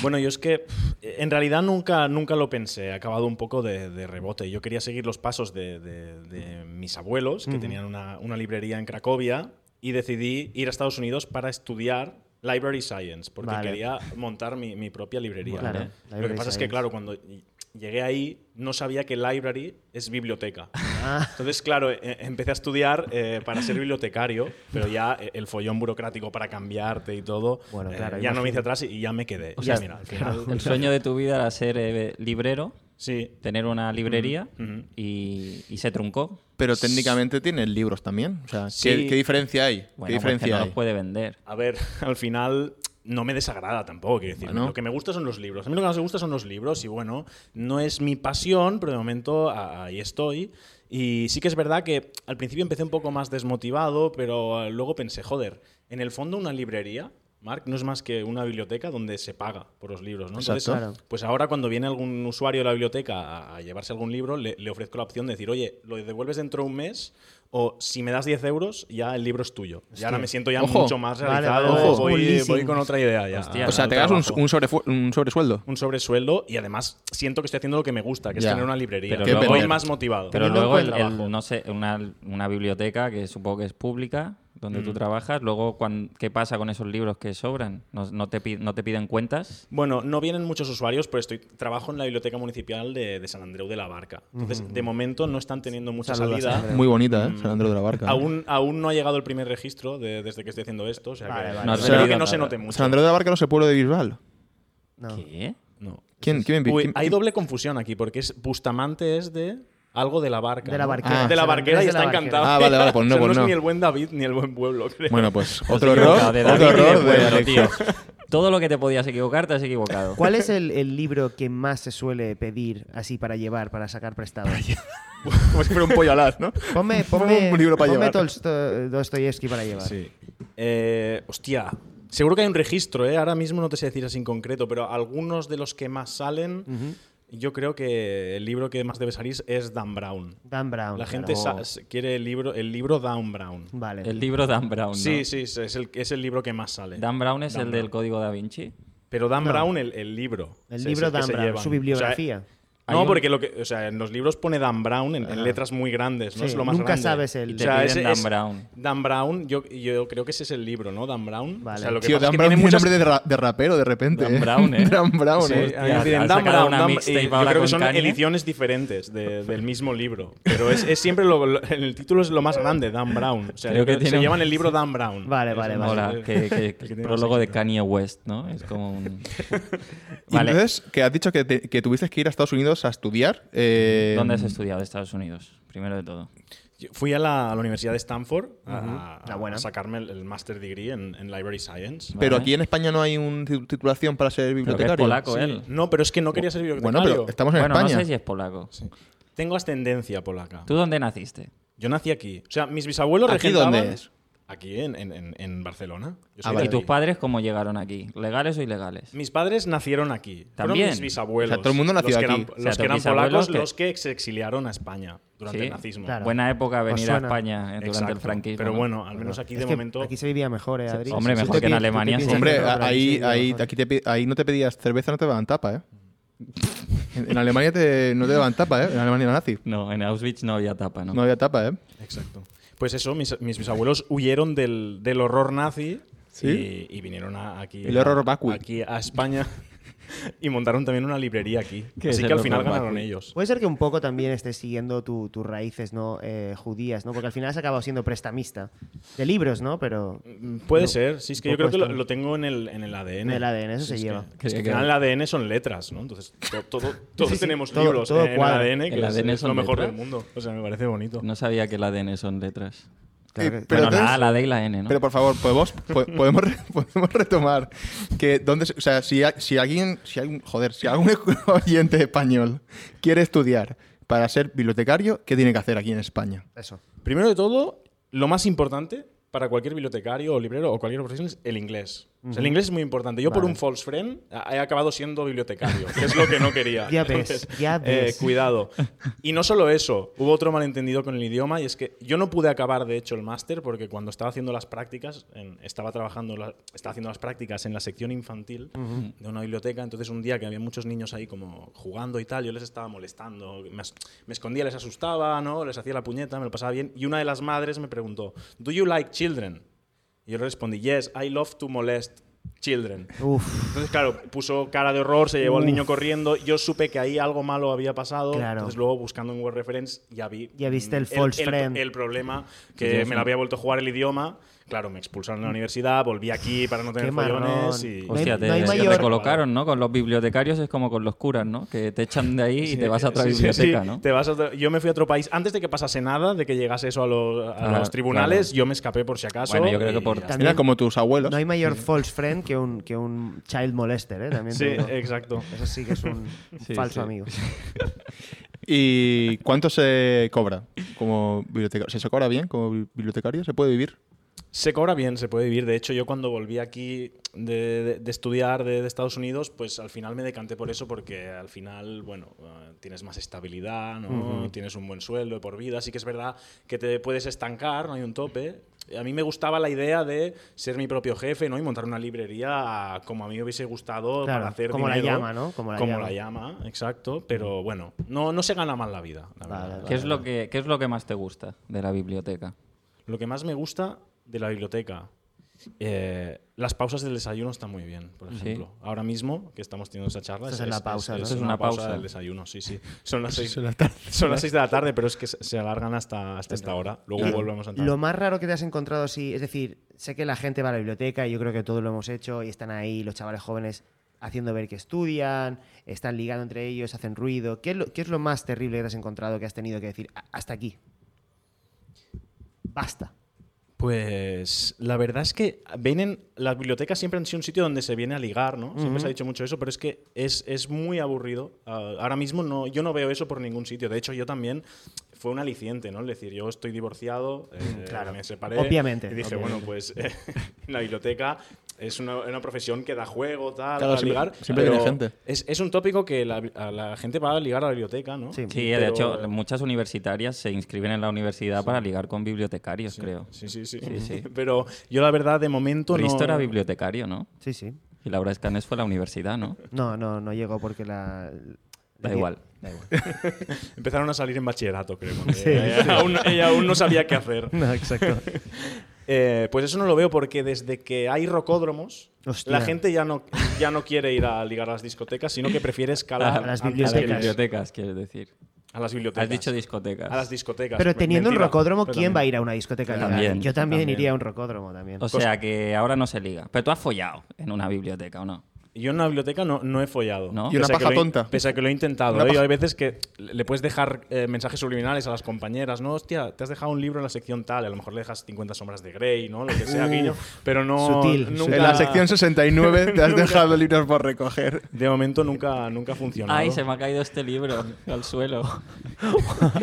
[SPEAKER 7] Bueno, yo es que pf, en realidad nunca, nunca lo pensé. He acabado un poco de, de rebote. Yo quería seguir los pasos de, de- de mis abuelos, que tenían una, una librería en Cracovia, y decidí ir a Estados Unidos para estudiar Library Science, porque
[SPEAKER 1] Vale.
[SPEAKER 7] quería montar mi, mi propia librería.
[SPEAKER 1] Claro,
[SPEAKER 7] ¿no? Lo que
[SPEAKER 1] Library
[SPEAKER 7] pasa es que,
[SPEAKER 1] Science.
[SPEAKER 7] claro, cuando ll- llegué ahí, no sabía que library es biblioteca.
[SPEAKER 1] Ah.
[SPEAKER 7] Entonces, claro, e- empecé a estudiar eh, para ser bibliotecario, pero ya eh, el follón burocrático para cambiarte y todo,
[SPEAKER 1] Bueno,
[SPEAKER 7] eh,
[SPEAKER 1] claro,
[SPEAKER 7] ya no me hice
[SPEAKER 1] imagino.
[SPEAKER 7] atrás y ya me quedé.
[SPEAKER 2] O
[SPEAKER 7] Ya,
[SPEAKER 2] sea,
[SPEAKER 7] mira, al final-
[SPEAKER 2] El sueño de tu vida era ser eh, librero,
[SPEAKER 7] Sí.
[SPEAKER 2] tener una librería
[SPEAKER 7] ujú.
[SPEAKER 2] y, y se truncó.
[SPEAKER 3] Pero técnicamente tienes libros también. O sea, ¿qué,
[SPEAKER 2] Sí.
[SPEAKER 3] qué diferencia hay? ¿Qué
[SPEAKER 2] Bueno, pues que
[SPEAKER 3] diferencia
[SPEAKER 2] no
[SPEAKER 3] hay?
[SPEAKER 2] los puede vender.
[SPEAKER 7] A ver, <laughs> al final no me desagrada tampoco, quiero decir.
[SPEAKER 3] Bueno.
[SPEAKER 7] Lo que me gusta son los libros. A mí lo que más me gusta son los libros y bueno, no es mi pasión, pero de momento a- ahí estoy. Y sí que es verdad que al principio empecé un poco más desmotivado, pero eh, luego pensé, joder, en el fondo una librería, Mark, no es más que una biblioteca donde se paga por los libros, ¿no? Entonces,
[SPEAKER 3] Exacto.
[SPEAKER 1] Claro.
[SPEAKER 7] pues ahora cuando viene algún usuario de la biblioteca a, a llevarse algún libro, le, le ofrezco la opción de decir, oye, lo devuelves dentro de un mes o si me das 10 euros, ya el libro es tuyo. Y ahora me siento ya
[SPEAKER 3] Ojo.
[SPEAKER 7] mucho más
[SPEAKER 1] Vale,
[SPEAKER 7] realizado.
[SPEAKER 1] vale,
[SPEAKER 3] es
[SPEAKER 1] un
[SPEAKER 7] voy,
[SPEAKER 1] leasing.
[SPEAKER 7] voy con otra idea ya.
[SPEAKER 2] Hostia.
[SPEAKER 3] O sea,
[SPEAKER 7] al
[SPEAKER 3] te ganas
[SPEAKER 7] trabajo.
[SPEAKER 3] un, un, sobrefu- un sobresueldo.
[SPEAKER 7] Un sobresueldo y además siento que estoy haciendo lo que me gusta, que
[SPEAKER 3] Ya.
[SPEAKER 7] es tener una librería.
[SPEAKER 2] Pero
[SPEAKER 7] Pero
[SPEAKER 3] luego-
[SPEAKER 7] voy más motivado.
[SPEAKER 2] Pero
[SPEAKER 1] Teniendo en
[SPEAKER 2] luego, el,
[SPEAKER 1] cuenta-
[SPEAKER 2] el- no sé, una, una biblioteca que supongo que es pública, donde tú trabajas, luego, cuan- ¿qué pasa con esos libros que sobran? ¿No, no te, pi- no te piden cuentas?
[SPEAKER 7] Bueno, no vienen muchos usuarios, pero estoy, trabajo en la biblioteca municipal de, de San Andreu de la Barca. Entonces, de momento no están teniendo mucha
[SPEAKER 1] Saludos,
[SPEAKER 7] salida.
[SPEAKER 1] Andreu.
[SPEAKER 3] Muy bonita,
[SPEAKER 2] Mm.
[SPEAKER 3] ¿eh? San Andreu de la Barca.
[SPEAKER 7] Aún, aún no ha llegado el primer registro de- desde que estoy haciendo esto. O sea
[SPEAKER 1] Vale,
[SPEAKER 7] que,
[SPEAKER 1] vale.
[SPEAKER 2] No has
[SPEAKER 7] espero
[SPEAKER 2] vendido
[SPEAKER 7] que no se
[SPEAKER 2] nada.
[SPEAKER 7] note mucho.
[SPEAKER 3] San Andreu de la Barca no es el pueblo de Bisbal.
[SPEAKER 1] No.
[SPEAKER 2] ¿Qué?
[SPEAKER 7] No.
[SPEAKER 3] ¿Quién, quién,
[SPEAKER 7] Uy,
[SPEAKER 3] quién-
[SPEAKER 7] hay doble confusión aquí, porque es Bustamante es de algo de la barca.
[SPEAKER 1] De la
[SPEAKER 7] ¿no?
[SPEAKER 1] barquera.
[SPEAKER 3] Ah.
[SPEAKER 7] De la
[SPEAKER 1] San
[SPEAKER 7] barquera
[SPEAKER 1] Andrés de
[SPEAKER 7] y
[SPEAKER 1] la
[SPEAKER 7] está
[SPEAKER 1] barquera.
[SPEAKER 7] encantado.
[SPEAKER 3] Ah, vale,
[SPEAKER 7] <laughs>
[SPEAKER 3] vale, pues no,
[SPEAKER 7] O sea,
[SPEAKER 3] pues
[SPEAKER 7] es
[SPEAKER 3] no.
[SPEAKER 7] ni el buen David ni el buen pueblo, creo.
[SPEAKER 3] Bueno, pues
[SPEAKER 2] <laughs>
[SPEAKER 3] otro
[SPEAKER 2] equivocado
[SPEAKER 3] error,
[SPEAKER 2] de
[SPEAKER 3] otro
[SPEAKER 2] David y de
[SPEAKER 3] error de,
[SPEAKER 2] pueblo,
[SPEAKER 3] Alexia.
[SPEAKER 2] tío. Todo lo que te podías equivocar te has equivocado.
[SPEAKER 1] ¿Cuál
[SPEAKER 2] <laughs>
[SPEAKER 1] es el, el libro que más se suele pedir así para llevar, para sacar prestado?
[SPEAKER 3] <laughs> Como si fuera un pollalaz, ¿no?
[SPEAKER 7] <laughs>
[SPEAKER 1] Ponme, ponme,
[SPEAKER 3] Un libro para
[SPEAKER 1] ponme
[SPEAKER 3] llevar.
[SPEAKER 1] Tolsto- Dostoyevsky para llevar.
[SPEAKER 7] Sí. Eh, hostia. Seguro que hay un registro, ¿eh? Ahora mismo no te sé decir así en concreto, pero algunos de los que más salen, yo creo que el libro que más debe salir es Dan Brown.
[SPEAKER 1] Dan Brown.
[SPEAKER 7] La
[SPEAKER 1] claro.
[SPEAKER 7] gente sa- quiere el libro, el libro Dan Brown.
[SPEAKER 1] Vale.
[SPEAKER 2] El libro Dan Brown. ¿no?
[SPEAKER 7] Sí, sí, es es el, es el libro que más sale.
[SPEAKER 2] Dan Brown es
[SPEAKER 7] Dan
[SPEAKER 2] el
[SPEAKER 7] Brown.
[SPEAKER 2] del código da Vinci.
[SPEAKER 7] Pero Dan
[SPEAKER 1] No.
[SPEAKER 7] Brown, el, el libro.
[SPEAKER 1] El
[SPEAKER 7] es
[SPEAKER 1] libro
[SPEAKER 7] que
[SPEAKER 1] Dan
[SPEAKER 7] se
[SPEAKER 1] Brown,
[SPEAKER 7] llevan.
[SPEAKER 1] su
[SPEAKER 7] O sea,
[SPEAKER 1] bibliografía.
[SPEAKER 2] Hay
[SPEAKER 7] no,
[SPEAKER 2] un-
[SPEAKER 7] porque lo que, o sea, en los libros pone Dan Brown en, en letras muy grandes, no
[SPEAKER 1] Sí,
[SPEAKER 7] es lo más
[SPEAKER 1] nunca
[SPEAKER 7] grande.
[SPEAKER 1] sabes el- Y
[SPEAKER 2] te piden Dan Brown.
[SPEAKER 7] Dan Brown, yo, yo creo que ese es el libro, ¿no? Dan Brown.
[SPEAKER 1] Vale.
[SPEAKER 7] O sea, lo que
[SPEAKER 3] Tío,
[SPEAKER 7] pasa es
[SPEAKER 3] Dan
[SPEAKER 7] que
[SPEAKER 3] Brown
[SPEAKER 7] tiene
[SPEAKER 3] tiene
[SPEAKER 7] muchas-
[SPEAKER 3] nombre de, ra- de rapero de repente.
[SPEAKER 2] Dan Brown, ¿eh?
[SPEAKER 3] <laughs> Dan Brown,
[SPEAKER 7] Sí,
[SPEAKER 3] ¿eh?
[SPEAKER 7] a mí me
[SPEAKER 2] han
[SPEAKER 7] dicen Dan
[SPEAKER 2] sacado
[SPEAKER 7] Brown,
[SPEAKER 2] una
[SPEAKER 7] Dan-
[SPEAKER 2] mixtape
[SPEAKER 7] y yo
[SPEAKER 2] ahora
[SPEAKER 7] creo
[SPEAKER 2] con
[SPEAKER 7] que son
[SPEAKER 2] Kanye.
[SPEAKER 7] ediciones diferentes de- del mismo libro. Pero es, es siempre lo, lo- el título es lo más grande, Dan Brown. O sea,
[SPEAKER 2] Creo
[SPEAKER 7] yo
[SPEAKER 2] que
[SPEAKER 7] creo que se
[SPEAKER 2] tiene un-
[SPEAKER 7] llaman el libro Dan Brown.
[SPEAKER 1] Vale, vale, vale.
[SPEAKER 2] Mola, que, que- que
[SPEAKER 7] tiene
[SPEAKER 2] prólogo
[SPEAKER 7] más
[SPEAKER 2] de Kanye West, ¿no? Es como un...
[SPEAKER 3] Y Entonces, que has dicho que, te- que tuviste que ir a Estados Unidos a estudiar. eh,
[SPEAKER 2] ¿Dónde has estudiado? Estados Unidos, primero de todo.
[SPEAKER 7] Yo Fui a la, a la Universidad de Stanford a,
[SPEAKER 1] Ujú, Ah, la
[SPEAKER 7] a-
[SPEAKER 1] buena.
[SPEAKER 7] a sacarme el, el Master Degree en, en Library Science.
[SPEAKER 3] Pero
[SPEAKER 2] Vale.
[SPEAKER 3] aquí en España no hay una titulación para ser
[SPEAKER 2] Creo que es
[SPEAKER 3] bibliotecario.
[SPEAKER 2] polaco él.
[SPEAKER 7] No, pero es que no quería ser bibliotecario.
[SPEAKER 3] Bueno, pero estamos en
[SPEAKER 2] Bueno,
[SPEAKER 3] España.
[SPEAKER 2] no sé si es polaco.
[SPEAKER 7] Tengo ascendencia polaca.
[SPEAKER 2] ¿Tú dónde naciste?
[SPEAKER 7] Yo nací aquí. O sea, mis bisabuelos
[SPEAKER 3] ¿Aquí
[SPEAKER 7] regentaban-
[SPEAKER 3] dónde es?
[SPEAKER 7] Aquí, en, en- en- en Barcelona. Yo soy
[SPEAKER 3] Ah,
[SPEAKER 7] de
[SPEAKER 3] vale.
[SPEAKER 2] ¿Y tus
[SPEAKER 7] aquí.
[SPEAKER 2] padres cómo llegaron aquí? ¿Legales o ilegales?
[SPEAKER 7] Mis padres nacieron aquí. Fueron
[SPEAKER 2] También.
[SPEAKER 7] mis bisabuelos.
[SPEAKER 3] O sea, todo el mundo nació
[SPEAKER 7] los que
[SPEAKER 3] aquí.
[SPEAKER 7] eran-
[SPEAKER 3] O
[SPEAKER 2] sea,
[SPEAKER 7] los que
[SPEAKER 2] tus
[SPEAKER 7] eran
[SPEAKER 2] bisabuelos
[SPEAKER 7] polacos,
[SPEAKER 2] que-
[SPEAKER 7] los que se exiliaron a España durante
[SPEAKER 2] Sí,
[SPEAKER 7] el nazismo.
[SPEAKER 1] claro.
[SPEAKER 2] Buena época venir a
[SPEAKER 1] suena?
[SPEAKER 2] España eh, durante el
[SPEAKER 7] Exacto.
[SPEAKER 2] franquismo.
[SPEAKER 7] Pero
[SPEAKER 2] ¿no?
[SPEAKER 7] bueno, al menos aquí
[SPEAKER 1] Es
[SPEAKER 7] de
[SPEAKER 1] que
[SPEAKER 7] momento.
[SPEAKER 1] Aquí se vivía mejor, ¿eh, Adri?
[SPEAKER 2] Hombre,
[SPEAKER 1] Si tú
[SPEAKER 2] mejor
[SPEAKER 1] te
[SPEAKER 2] que
[SPEAKER 1] piensas- tú
[SPEAKER 2] en
[SPEAKER 1] te
[SPEAKER 2] Alemania, sí.
[SPEAKER 1] piensas
[SPEAKER 3] Hombre,
[SPEAKER 1] que en
[SPEAKER 3] a-
[SPEAKER 1] Alemania se
[SPEAKER 3] ahí,
[SPEAKER 1] vivía
[SPEAKER 3] ahí,
[SPEAKER 1] mejor.
[SPEAKER 3] aquí te, pi- ahí no te pedías cerveza, no te daban tapa, ¿eh? En, en Alemania te- no te daban tapa, ¿eh? En Alemania nazi.
[SPEAKER 2] No, en Auschwitz no había tapa, ¿no?
[SPEAKER 3] No había tapa, ¿eh?
[SPEAKER 7] Exacto. Pues eso, mis, mis bisabuelos huyeron del, del horror nazi
[SPEAKER 3] Sí.
[SPEAKER 7] y, y vinieron a- aquí,
[SPEAKER 3] El horror vacui.
[SPEAKER 7] aquí a España <laughs> y montaron también una librería aquí.
[SPEAKER 2] ¿Qué es
[SPEAKER 7] Así
[SPEAKER 2] el
[SPEAKER 7] que al final
[SPEAKER 2] horror
[SPEAKER 7] ganaron
[SPEAKER 2] vacui?
[SPEAKER 7] ellos.
[SPEAKER 1] Puede ser que un poco también estés siguiendo tu- tus raíces no Eh, judías, ¿no? Porque al final has acabado siendo prestamista. De libros, ¿no? Pero
[SPEAKER 7] Puede ser, sí, es que
[SPEAKER 1] un
[SPEAKER 7] yo creo
[SPEAKER 1] poco
[SPEAKER 7] que lo,
[SPEAKER 1] esto.
[SPEAKER 7] lo tengo en el, en el
[SPEAKER 1] En
[SPEAKER 7] ADN.
[SPEAKER 1] el ADN, eso se
[SPEAKER 7] es que-
[SPEAKER 1] lleva.
[SPEAKER 7] es que
[SPEAKER 2] Creía
[SPEAKER 7] al
[SPEAKER 2] que-
[SPEAKER 7] final el ADN son letras, ¿no? Entonces, to- todo, todos
[SPEAKER 1] sí,
[SPEAKER 7] tenemos
[SPEAKER 1] todo-
[SPEAKER 7] libros ¿eh?
[SPEAKER 1] todo
[SPEAKER 7] en el
[SPEAKER 1] cuadra.
[SPEAKER 7] ADN, que
[SPEAKER 2] El
[SPEAKER 7] es,
[SPEAKER 2] ADN
[SPEAKER 7] es lo
[SPEAKER 2] son
[SPEAKER 7] mejor del
[SPEAKER 2] letras.
[SPEAKER 7] mundo. O sea, me parece bonito.
[SPEAKER 2] No sabía que el ADN son letras.
[SPEAKER 1] Claro
[SPEAKER 3] Eh,
[SPEAKER 1] que-
[SPEAKER 3] pero
[SPEAKER 2] bueno, la
[SPEAKER 3] entonces-
[SPEAKER 2] A, la D y la N, ¿no?
[SPEAKER 3] Pero por favor, podemos, po- podemos, re- <laughs> podemos retomar que dónde, se- o sea, si, hay- si alguien, si algún, joder, si algún <laughs> oyente español quiere estudiar para ser bibliotecario, ¿qué tiene que hacer aquí en España?
[SPEAKER 1] eso.
[SPEAKER 7] Primero de todo, lo más importante para cualquier bibliotecario o librero o cualquier profesional es el inglés. O sea, el inglés es muy importante. Yo por
[SPEAKER 1] Vale.
[SPEAKER 7] un false friend he acabado siendo bibliotecario, que es lo que no quería.
[SPEAKER 1] Ya ves, ya ves.
[SPEAKER 7] eh, cuidado. Y no solo eso, hubo otro malentendido con el idioma y es que yo no pude acabar, de hecho, el máster porque cuando estaba haciendo las prácticas, en- estaba trabajando, la- estaba haciendo las prácticas en la sección infantil de una biblioteca, entonces un día que había muchos niños ahí como jugando y tal, yo les estaba molestando, me, as- me escondía, les asustaba, ¿no? Les hacía la puñeta, me lo pasaba bien y una de las madres me preguntó, "Do you like children?" Y yo le respondí, "Yes, I love to molest children."
[SPEAKER 1] Uf,
[SPEAKER 7] Entonces, claro, puso cara de horror, se llevó al niño corriendo. Yo supe que ahí algo malo había pasado.
[SPEAKER 1] Claro.
[SPEAKER 7] Entonces, luego buscando en Word Reference, ya vi.
[SPEAKER 1] Ya viste el
[SPEAKER 7] mm,
[SPEAKER 1] false friend.
[SPEAKER 7] El, problema, que me lo había vuelto a jugar el idioma. Claro, me expulsaron de la universidad, volví aquí para no tener
[SPEAKER 1] marrón.
[SPEAKER 7] follones. Y...
[SPEAKER 1] No hay-
[SPEAKER 2] Hostia, te,
[SPEAKER 1] no hay
[SPEAKER 2] te
[SPEAKER 1] mayor-
[SPEAKER 2] recolocaron, ¿no? Con los bibliotecarios es como con los curas, ¿no? Que te echan de ahí y te vas a otra
[SPEAKER 7] Sí, sí,
[SPEAKER 2] biblioteca,
[SPEAKER 7] sí.
[SPEAKER 2] ¿no?
[SPEAKER 7] Te vas a otro- Yo me fui a otro país. Antes de que pasase nada, de que llegase eso a los, a
[SPEAKER 2] Claro,
[SPEAKER 7] los tribunales,
[SPEAKER 2] Ah, claro.
[SPEAKER 7] yo me escapé por si acaso.
[SPEAKER 2] Bueno, yo creo que
[SPEAKER 7] y
[SPEAKER 2] por-
[SPEAKER 7] ya está.
[SPEAKER 1] también-
[SPEAKER 3] Era como tus abuelos.
[SPEAKER 1] no hay mayor false friend que un, que un child molester, ¿eh? También
[SPEAKER 7] Sí,
[SPEAKER 1] te digo.
[SPEAKER 7] exacto.
[SPEAKER 1] Eso sí que es un un
[SPEAKER 2] Sí,
[SPEAKER 1] falso
[SPEAKER 2] sí.
[SPEAKER 1] amigo.
[SPEAKER 3] ¿Y cuánto se cobra como bibliotecario? ¿Se, se cobra bien como bi- bibliotecario? ¿Se puede vivir?
[SPEAKER 7] Se cobra bien, se puede vivir. De hecho, yo cuando volví aquí de, de- de estudiar de, de Estados Unidos, pues al final me decanté por eso porque al final, bueno, eh, tienes más estabilidad, ¿no? Tienes un buen sueldo de por vida. Sí que es verdad que te puedes estancar, no hay un tope. A mí me gustaba la idea de ser mi propio jefe, ¿no? Y montar una librería a- como a mí me hubiese gustado
[SPEAKER 1] Claro,
[SPEAKER 7] para hacer
[SPEAKER 1] como la
[SPEAKER 7] dinero.
[SPEAKER 1] llama, ¿no?
[SPEAKER 7] Como la, llama. exacto. Pero bueno, no, no se gana mal la vida, la
[SPEAKER 1] Vale,
[SPEAKER 7] verdad.
[SPEAKER 1] vale.
[SPEAKER 2] ¿Qué es, lo que, ¿Qué es lo que más te gusta de la biblioteca?
[SPEAKER 7] Lo que más me gusta de la biblioteca. eh, las pausas del desayuno están muy bien, por ejemplo. Ahora mismo que estamos teniendo esa charla.
[SPEAKER 1] Esa es la pausa, ¿no?
[SPEAKER 7] es
[SPEAKER 1] Esa
[SPEAKER 2] es
[SPEAKER 7] una
[SPEAKER 2] una
[SPEAKER 7] pausa,
[SPEAKER 2] pausa.
[SPEAKER 7] del desayuno, sí, sí. Son las seis son las seis de la tarde, pero es que se se alargan hasta, hasta esta hora. Luego
[SPEAKER 1] Y
[SPEAKER 7] volvemos a entrar.
[SPEAKER 1] Lo más raro que te has encontrado, sí, es decir, sé que la gente va a la biblioteca, y yo creo que todos lo hemos hecho y están ahí los chavales jóvenes haciendo ver que estudian, están ligando entre ellos, hacen ruido. ¿Qué es lo, qué es lo más terrible que te has encontrado que has tenido que decir "A- hasta aquí? Basta.
[SPEAKER 7] Pues la verdad es que vienen, las bibliotecas siempre han sido un sitio donde se viene a ligar, ¿no? Siempre se ha dicho mucho eso, pero es que es, es muy aburrido. Ah, ahora mismo no, yo no veo eso por ningún sitio. De hecho, yo también fue un aliciente, ¿no? Es decir, yo estoy divorciado, eh,
[SPEAKER 1] Mm, claro.
[SPEAKER 7] me separé.
[SPEAKER 1] Obviamente,
[SPEAKER 7] Y dije,
[SPEAKER 1] obviamente.
[SPEAKER 7] bueno, pues eh, <laughs> la biblioteca es una, una profesión que da juego, tal,
[SPEAKER 3] Claro,
[SPEAKER 7] para
[SPEAKER 3] siempre-
[SPEAKER 7] ligar.
[SPEAKER 3] siempre
[SPEAKER 7] pero
[SPEAKER 3] tiene gente.
[SPEAKER 7] Es, es un tópico que la, a la gente va a ligar a la biblioteca, ¿no?
[SPEAKER 1] Sí.
[SPEAKER 2] Sí, de
[SPEAKER 7] Pero-
[SPEAKER 2] hecho, muchas universitarias se inscriben en la universidad para ligar con bibliotecarios, creo.
[SPEAKER 7] Sí, sí, sí.
[SPEAKER 2] Sí, sí.
[SPEAKER 7] <laughs> Pero yo la verdad, de momento,
[SPEAKER 2] Risto
[SPEAKER 7] no...
[SPEAKER 2] era bibliotecario, ¿no?
[SPEAKER 1] Sí, sí.
[SPEAKER 2] Y Laura Escanes fue a la universidad, ¿no?
[SPEAKER 1] No, no, no llegó porque la...
[SPEAKER 2] Da
[SPEAKER 1] la-
[SPEAKER 2] igual.
[SPEAKER 7] Empezaron a salir en bachillerato, creo.
[SPEAKER 1] <laughs>
[SPEAKER 7] cuando
[SPEAKER 1] Sí,
[SPEAKER 7] ella, Aún, ella aún no sabía qué hacer.
[SPEAKER 1] <laughs> No, exacto.
[SPEAKER 7] Eh, pues eso no lo veo porque desde que hay rocódromos,
[SPEAKER 1] Hostia.
[SPEAKER 7] la gente ya no, ya no quiere ir a ligar a las discotecas, sino que
[SPEAKER 2] <laughs>
[SPEAKER 7] prefiere escalar
[SPEAKER 2] A
[SPEAKER 1] las
[SPEAKER 7] antes que
[SPEAKER 1] bibliotecas.
[SPEAKER 2] A las
[SPEAKER 7] ir
[SPEAKER 2] bibliotecas, quieres decir.
[SPEAKER 7] A las bibliotecas.
[SPEAKER 2] Has dicho discotecas.
[SPEAKER 7] A las discotecas.
[SPEAKER 1] Pero teniendo
[SPEAKER 7] Mentira,
[SPEAKER 1] un rocódromo,
[SPEAKER 7] pero
[SPEAKER 1] ¿quién
[SPEAKER 7] también.
[SPEAKER 1] va a ir a una discoteca?
[SPEAKER 2] También,
[SPEAKER 1] legal? yo también,
[SPEAKER 7] también.
[SPEAKER 1] iría a un rocódromo también.
[SPEAKER 2] O sea que ahora no se liga. Pero tú has follado en una biblioteca, ¿o no?
[SPEAKER 7] Yo en una biblioteca no, no he follado.
[SPEAKER 2] ¿No?
[SPEAKER 3] Y una
[SPEAKER 7] Pese a que
[SPEAKER 3] paja
[SPEAKER 7] lo he-
[SPEAKER 3] tonta.
[SPEAKER 7] Pese a que lo he intentado.
[SPEAKER 3] Una
[SPEAKER 7] ¿eh?
[SPEAKER 3] paja-
[SPEAKER 7] Hay veces que le puedes dejar eh, mensajes subliminales a las compañeras, ¿no? Hostia, te has dejado un libro en la sección tal, a lo mejor le dejas 50 sombras de Grey, ¿no? Lo que sea, guiño. Pero no.
[SPEAKER 1] Sutil,
[SPEAKER 7] nunca-
[SPEAKER 1] sutil.
[SPEAKER 3] En la sección 69
[SPEAKER 1] <laughs>
[SPEAKER 3] te has dejado libros por recoger.
[SPEAKER 7] De momento nunca, nunca ha funcionado.
[SPEAKER 2] Ay, se me ha caído este libro <laughs>
[SPEAKER 1] <laughs>
[SPEAKER 2] al suelo.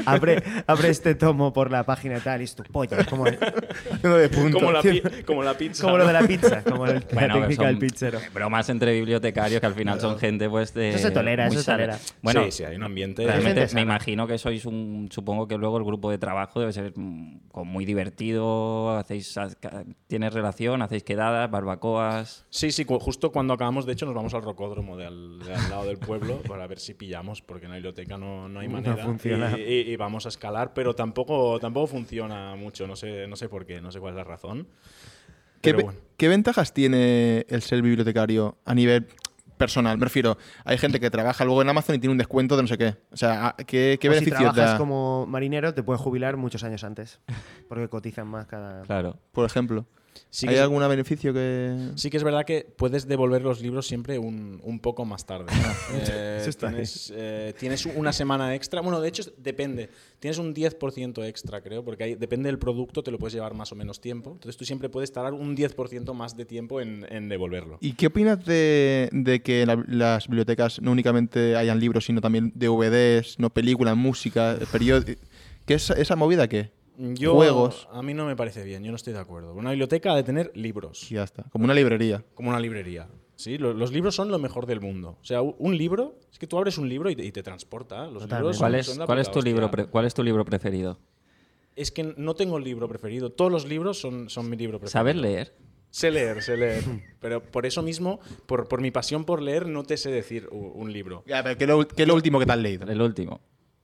[SPEAKER 1] abre, abre este tomo por la página tal y es tu polla. Como,
[SPEAKER 3] <laughs> Uno de punto.
[SPEAKER 7] como,
[SPEAKER 1] <laughs>
[SPEAKER 7] la pi- como la pizza.
[SPEAKER 1] como lo de
[SPEAKER 7] <laughs> ¿no?
[SPEAKER 1] la pizza, como el- la
[SPEAKER 2] <laughs> Bueno,
[SPEAKER 1] técnica
[SPEAKER 2] son
[SPEAKER 1] del pizzero.
[SPEAKER 2] Bromas entre bibliotecarios que al final son gente, pues de.
[SPEAKER 1] Eso se tolera,
[SPEAKER 2] muy
[SPEAKER 1] eso se
[SPEAKER 2] sana.
[SPEAKER 1] tolera.
[SPEAKER 2] Bueno,
[SPEAKER 7] sí, sí, hay un ambiente.
[SPEAKER 1] Gente
[SPEAKER 2] Realmente
[SPEAKER 1] sana.
[SPEAKER 2] me imagino que sois un. Supongo que luego el grupo de trabajo debe ser mm, con muy divertido. Hacéis, haz- ca- tienes relación, hacéis quedadas, barbacoas.
[SPEAKER 7] Sí, sí, cu- justo cuando acabamos, de hecho, nos vamos al rocódromo de al, de al lado del pueblo para ver si pillamos, porque en la biblioteca no, no hay manera.
[SPEAKER 1] funciona.
[SPEAKER 7] Y, y- y vamos a escalar, pero tampoco, tampoco funciona mucho, no sé, no sé por qué, no sé cuál es la razón.
[SPEAKER 3] ¿Qué,
[SPEAKER 7] Pero
[SPEAKER 3] ve-
[SPEAKER 7] bueno.
[SPEAKER 3] qué ventajas tiene el ser bibliotecario a nivel personal? Me refiero, hay gente que trabaja luego en Amazon y tiene un descuento de no sé qué. O sea, ¿a- ¿qué, qué
[SPEAKER 1] O Pues si
[SPEAKER 3] beneficios
[SPEAKER 1] trabajas
[SPEAKER 3] da?
[SPEAKER 1] como marinero, te puedes jubilar muchos años antes. Porque cotizan más cada.
[SPEAKER 2] Claro.
[SPEAKER 3] Por ejemplo,
[SPEAKER 7] Sí que
[SPEAKER 3] ¿hay
[SPEAKER 7] es-
[SPEAKER 3] algún beneficio que...?
[SPEAKER 7] Sí que es verdad que puedes devolver los libros siempre un, un poco más tarde. Eh,
[SPEAKER 1] Eso está
[SPEAKER 7] tienes, eh, tienes una semana extra. Bueno, de hecho, es- depende. Tienes un 10% extra, creo, porque ahí depende del producto, te lo puedes llevar más o menos tiempo. Entonces tú siempre puedes tardar un 10% más de tiempo en, en devolverlo.
[SPEAKER 3] ¿Y qué opinas de, de que la- las bibliotecas no únicamente hayan libros, sino también DVDs, no películas, música, periódicos? ¿Qué es esa movida qué?
[SPEAKER 7] Yo,
[SPEAKER 3] juegos.
[SPEAKER 7] A mí no me parece bien, yo no estoy de acuerdo. Una biblioteca ha de tener libros,
[SPEAKER 3] Y ya está. Como una librería.
[SPEAKER 7] como una librería. ¿sí? Lo- Los libros son lo mejor del mundo. O sea, u- un libro, es que tú abres un libro y te, y te transporta. Los
[SPEAKER 1] Totalmente.
[SPEAKER 7] libros son-
[SPEAKER 2] ¿Cuál es,
[SPEAKER 7] son la
[SPEAKER 2] cuál es
[SPEAKER 7] puta
[SPEAKER 2] tu libro,
[SPEAKER 7] hostia.
[SPEAKER 2] pre- ¿Cuál es tu libro preferido?
[SPEAKER 7] Es que no tengo el libro preferido. Todos los libros son, son mi libro preferido.
[SPEAKER 2] ¿Saber leer?
[SPEAKER 7] Sé leer,
[SPEAKER 1] <laughs>
[SPEAKER 7] sé leer. Pero por eso mismo, por, por mi pasión por leer, no te sé decir u- un libro.
[SPEAKER 3] Ya, pero ¿qué, es lo, qué es lo último que te has leído?
[SPEAKER 2] El último.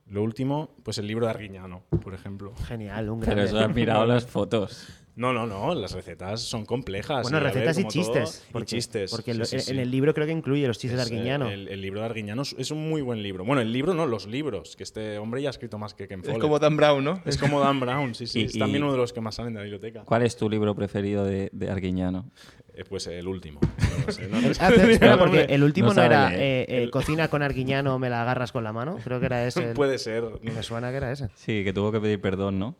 [SPEAKER 7] Lo último, pues el libro de Arguiñano, por ejemplo.
[SPEAKER 1] Genial, un gran.
[SPEAKER 2] Pero eso has mirado las fotos.
[SPEAKER 7] No, no, no, las recetas son complejas.
[SPEAKER 1] Bueno,
[SPEAKER 7] y, a ver,
[SPEAKER 1] recetas y
[SPEAKER 7] como todo,
[SPEAKER 1] chistes.
[SPEAKER 7] y chistes.
[SPEAKER 1] Porque
[SPEAKER 7] sí,
[SPEAKER 1] lo-
[SPEAKER 7] sí,
[SPEAKER 1] en,
[SPEAKER 7] sí.
[SPEAKER 1] en el libro creo que incluye los chistes
[SPEAKER 7] Es,
[SPEAKER 1] de
[SPEAKER 7] eh,
[SPEAKER 1] Arguiñano.
[SPEAKER 7] El, el libro de Arguiñano es- es un muy buen libro. Bueno, el libro no, los libros, que este hombre ya ha escrito más que Ken
[SPEAKER 3] Es
[SPEAKER 7] Follett.
[SPEAKER 3] como Dan Brown, ¿no?
[SPEAKER 7] Es como Dan Brown, sí, sí.
[SPEAKER 2] Y-
[SPEAKER 7] es también
[SPEAKER 2] y-
[SPEAKER 7] uno de los que más salen de la biblioteca.
[SPEAKER 2] ¿Cuál es tu libro preferido de, de Arguiñano?
[SPEAKER 7] Eh, pues el
[SPEAKER 1] <laughs>
[SPEAKER 7] último. No lo sé, no lo sé.
[SPEAKER 1] <laughs>
[SPEAKER 7] <laughs>
[SPEAKER 1] Ah, pero espera, porque el último
[SPEAKER 2] No
[SPEAKER 1] no,
[SPEAKER 2] sabe
[SPEAKER 1] era
[SPEAKER 2] leer.
[SPEAKER 1] eh, eh, cocina con Arguiñano, me la agarras con la mano. Creo que
[SPEAKER 7] <laughs>
[SPEAKER 1] era ese. el-
[SPEAKER 7] Puede ser. no
[SPEAKER 1] Me suena que era ese.
[SPEAKER 2] Sí, que tuvo que pedir perdón, ¿no?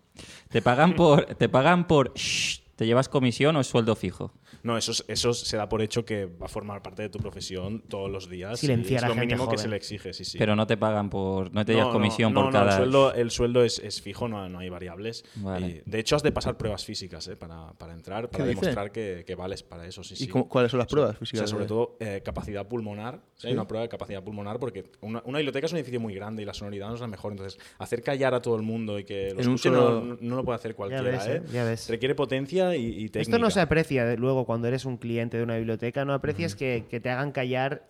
[SPEAKER 2] ¿Te pagan por... ¿Te pagan por... shh, ¿Te llevas comisión o es sueldo fijo?
[SPEAKER 7] No, eso, es- eso se da por hecho que va a formar parte de tu profesión todos los días.
[SPEAKER 1] Silenciar
[SPEAKER 7] y es
[SPEAKER 1] a
[SPEAKER 7] lo
[SPEAKER 1] gente
[SPEAKER 7] mínimo que
[SPEAKER 1] joven.
[SPEAKER 7] se le exige, sí, sí.
[SPEAKER 2] Pero no te pagan por... No te
[SPEAKER 7] No,
[SPEAKER 2] llevas
[SPEAKER 7] no,
[SPEAKER 2] comisión
[SPEAKER 7] no,
[SPEAKER 2] por
[SPEAKER 7] no,
[SPEAKER 2] cada...
[SPEAKER 7] El sueldo, el sueldo es, es fijo, no, no hay variables.
[SPEAKER 2] Vale.
[SPEAKER 7] Y, de hecho, has de pasar pruebas físicas eh, para, para entrar, para
[SPEAKER 3] dice?
[SPEAKER 7] demostrar que, que vales para eso. Sí,
[SPEAKER 3] ¿Y
[SPEAKER 7] sí.
[SPEAKER 3] cómo- cuáles son las
[SPEAKER 7] O sea,
[SPEAKER 3] pruebas físicas?
[SPEAKER 7] O sea, sobre todo eh, capacidad pulmonar. O sea, Hay una prueba de capacidad pulmonar porque una, una biblioteca es un edificio muy grande y la sonoridad no es la mejor. Entonces, hacer callar a todo el mundo y que lo
[SPEAKER 3] En un
[SPEAKER 7] escuche
[SPEAKER 3] solo-
[SPEAKER 7] no, no lo puede hacer cualquiera.
[SPEAKER 1] ves,
[SPEAKER 7] ¿eh?
[SPEAKER 1] eh, ya ves.
[SPEAKER 7] Requiere potencia y, y técnica.
[SPEAKER 1] Esto no se aprecia de- luego cuando eres un cliente de una biblioteca, no aprecias que, que te hagan callar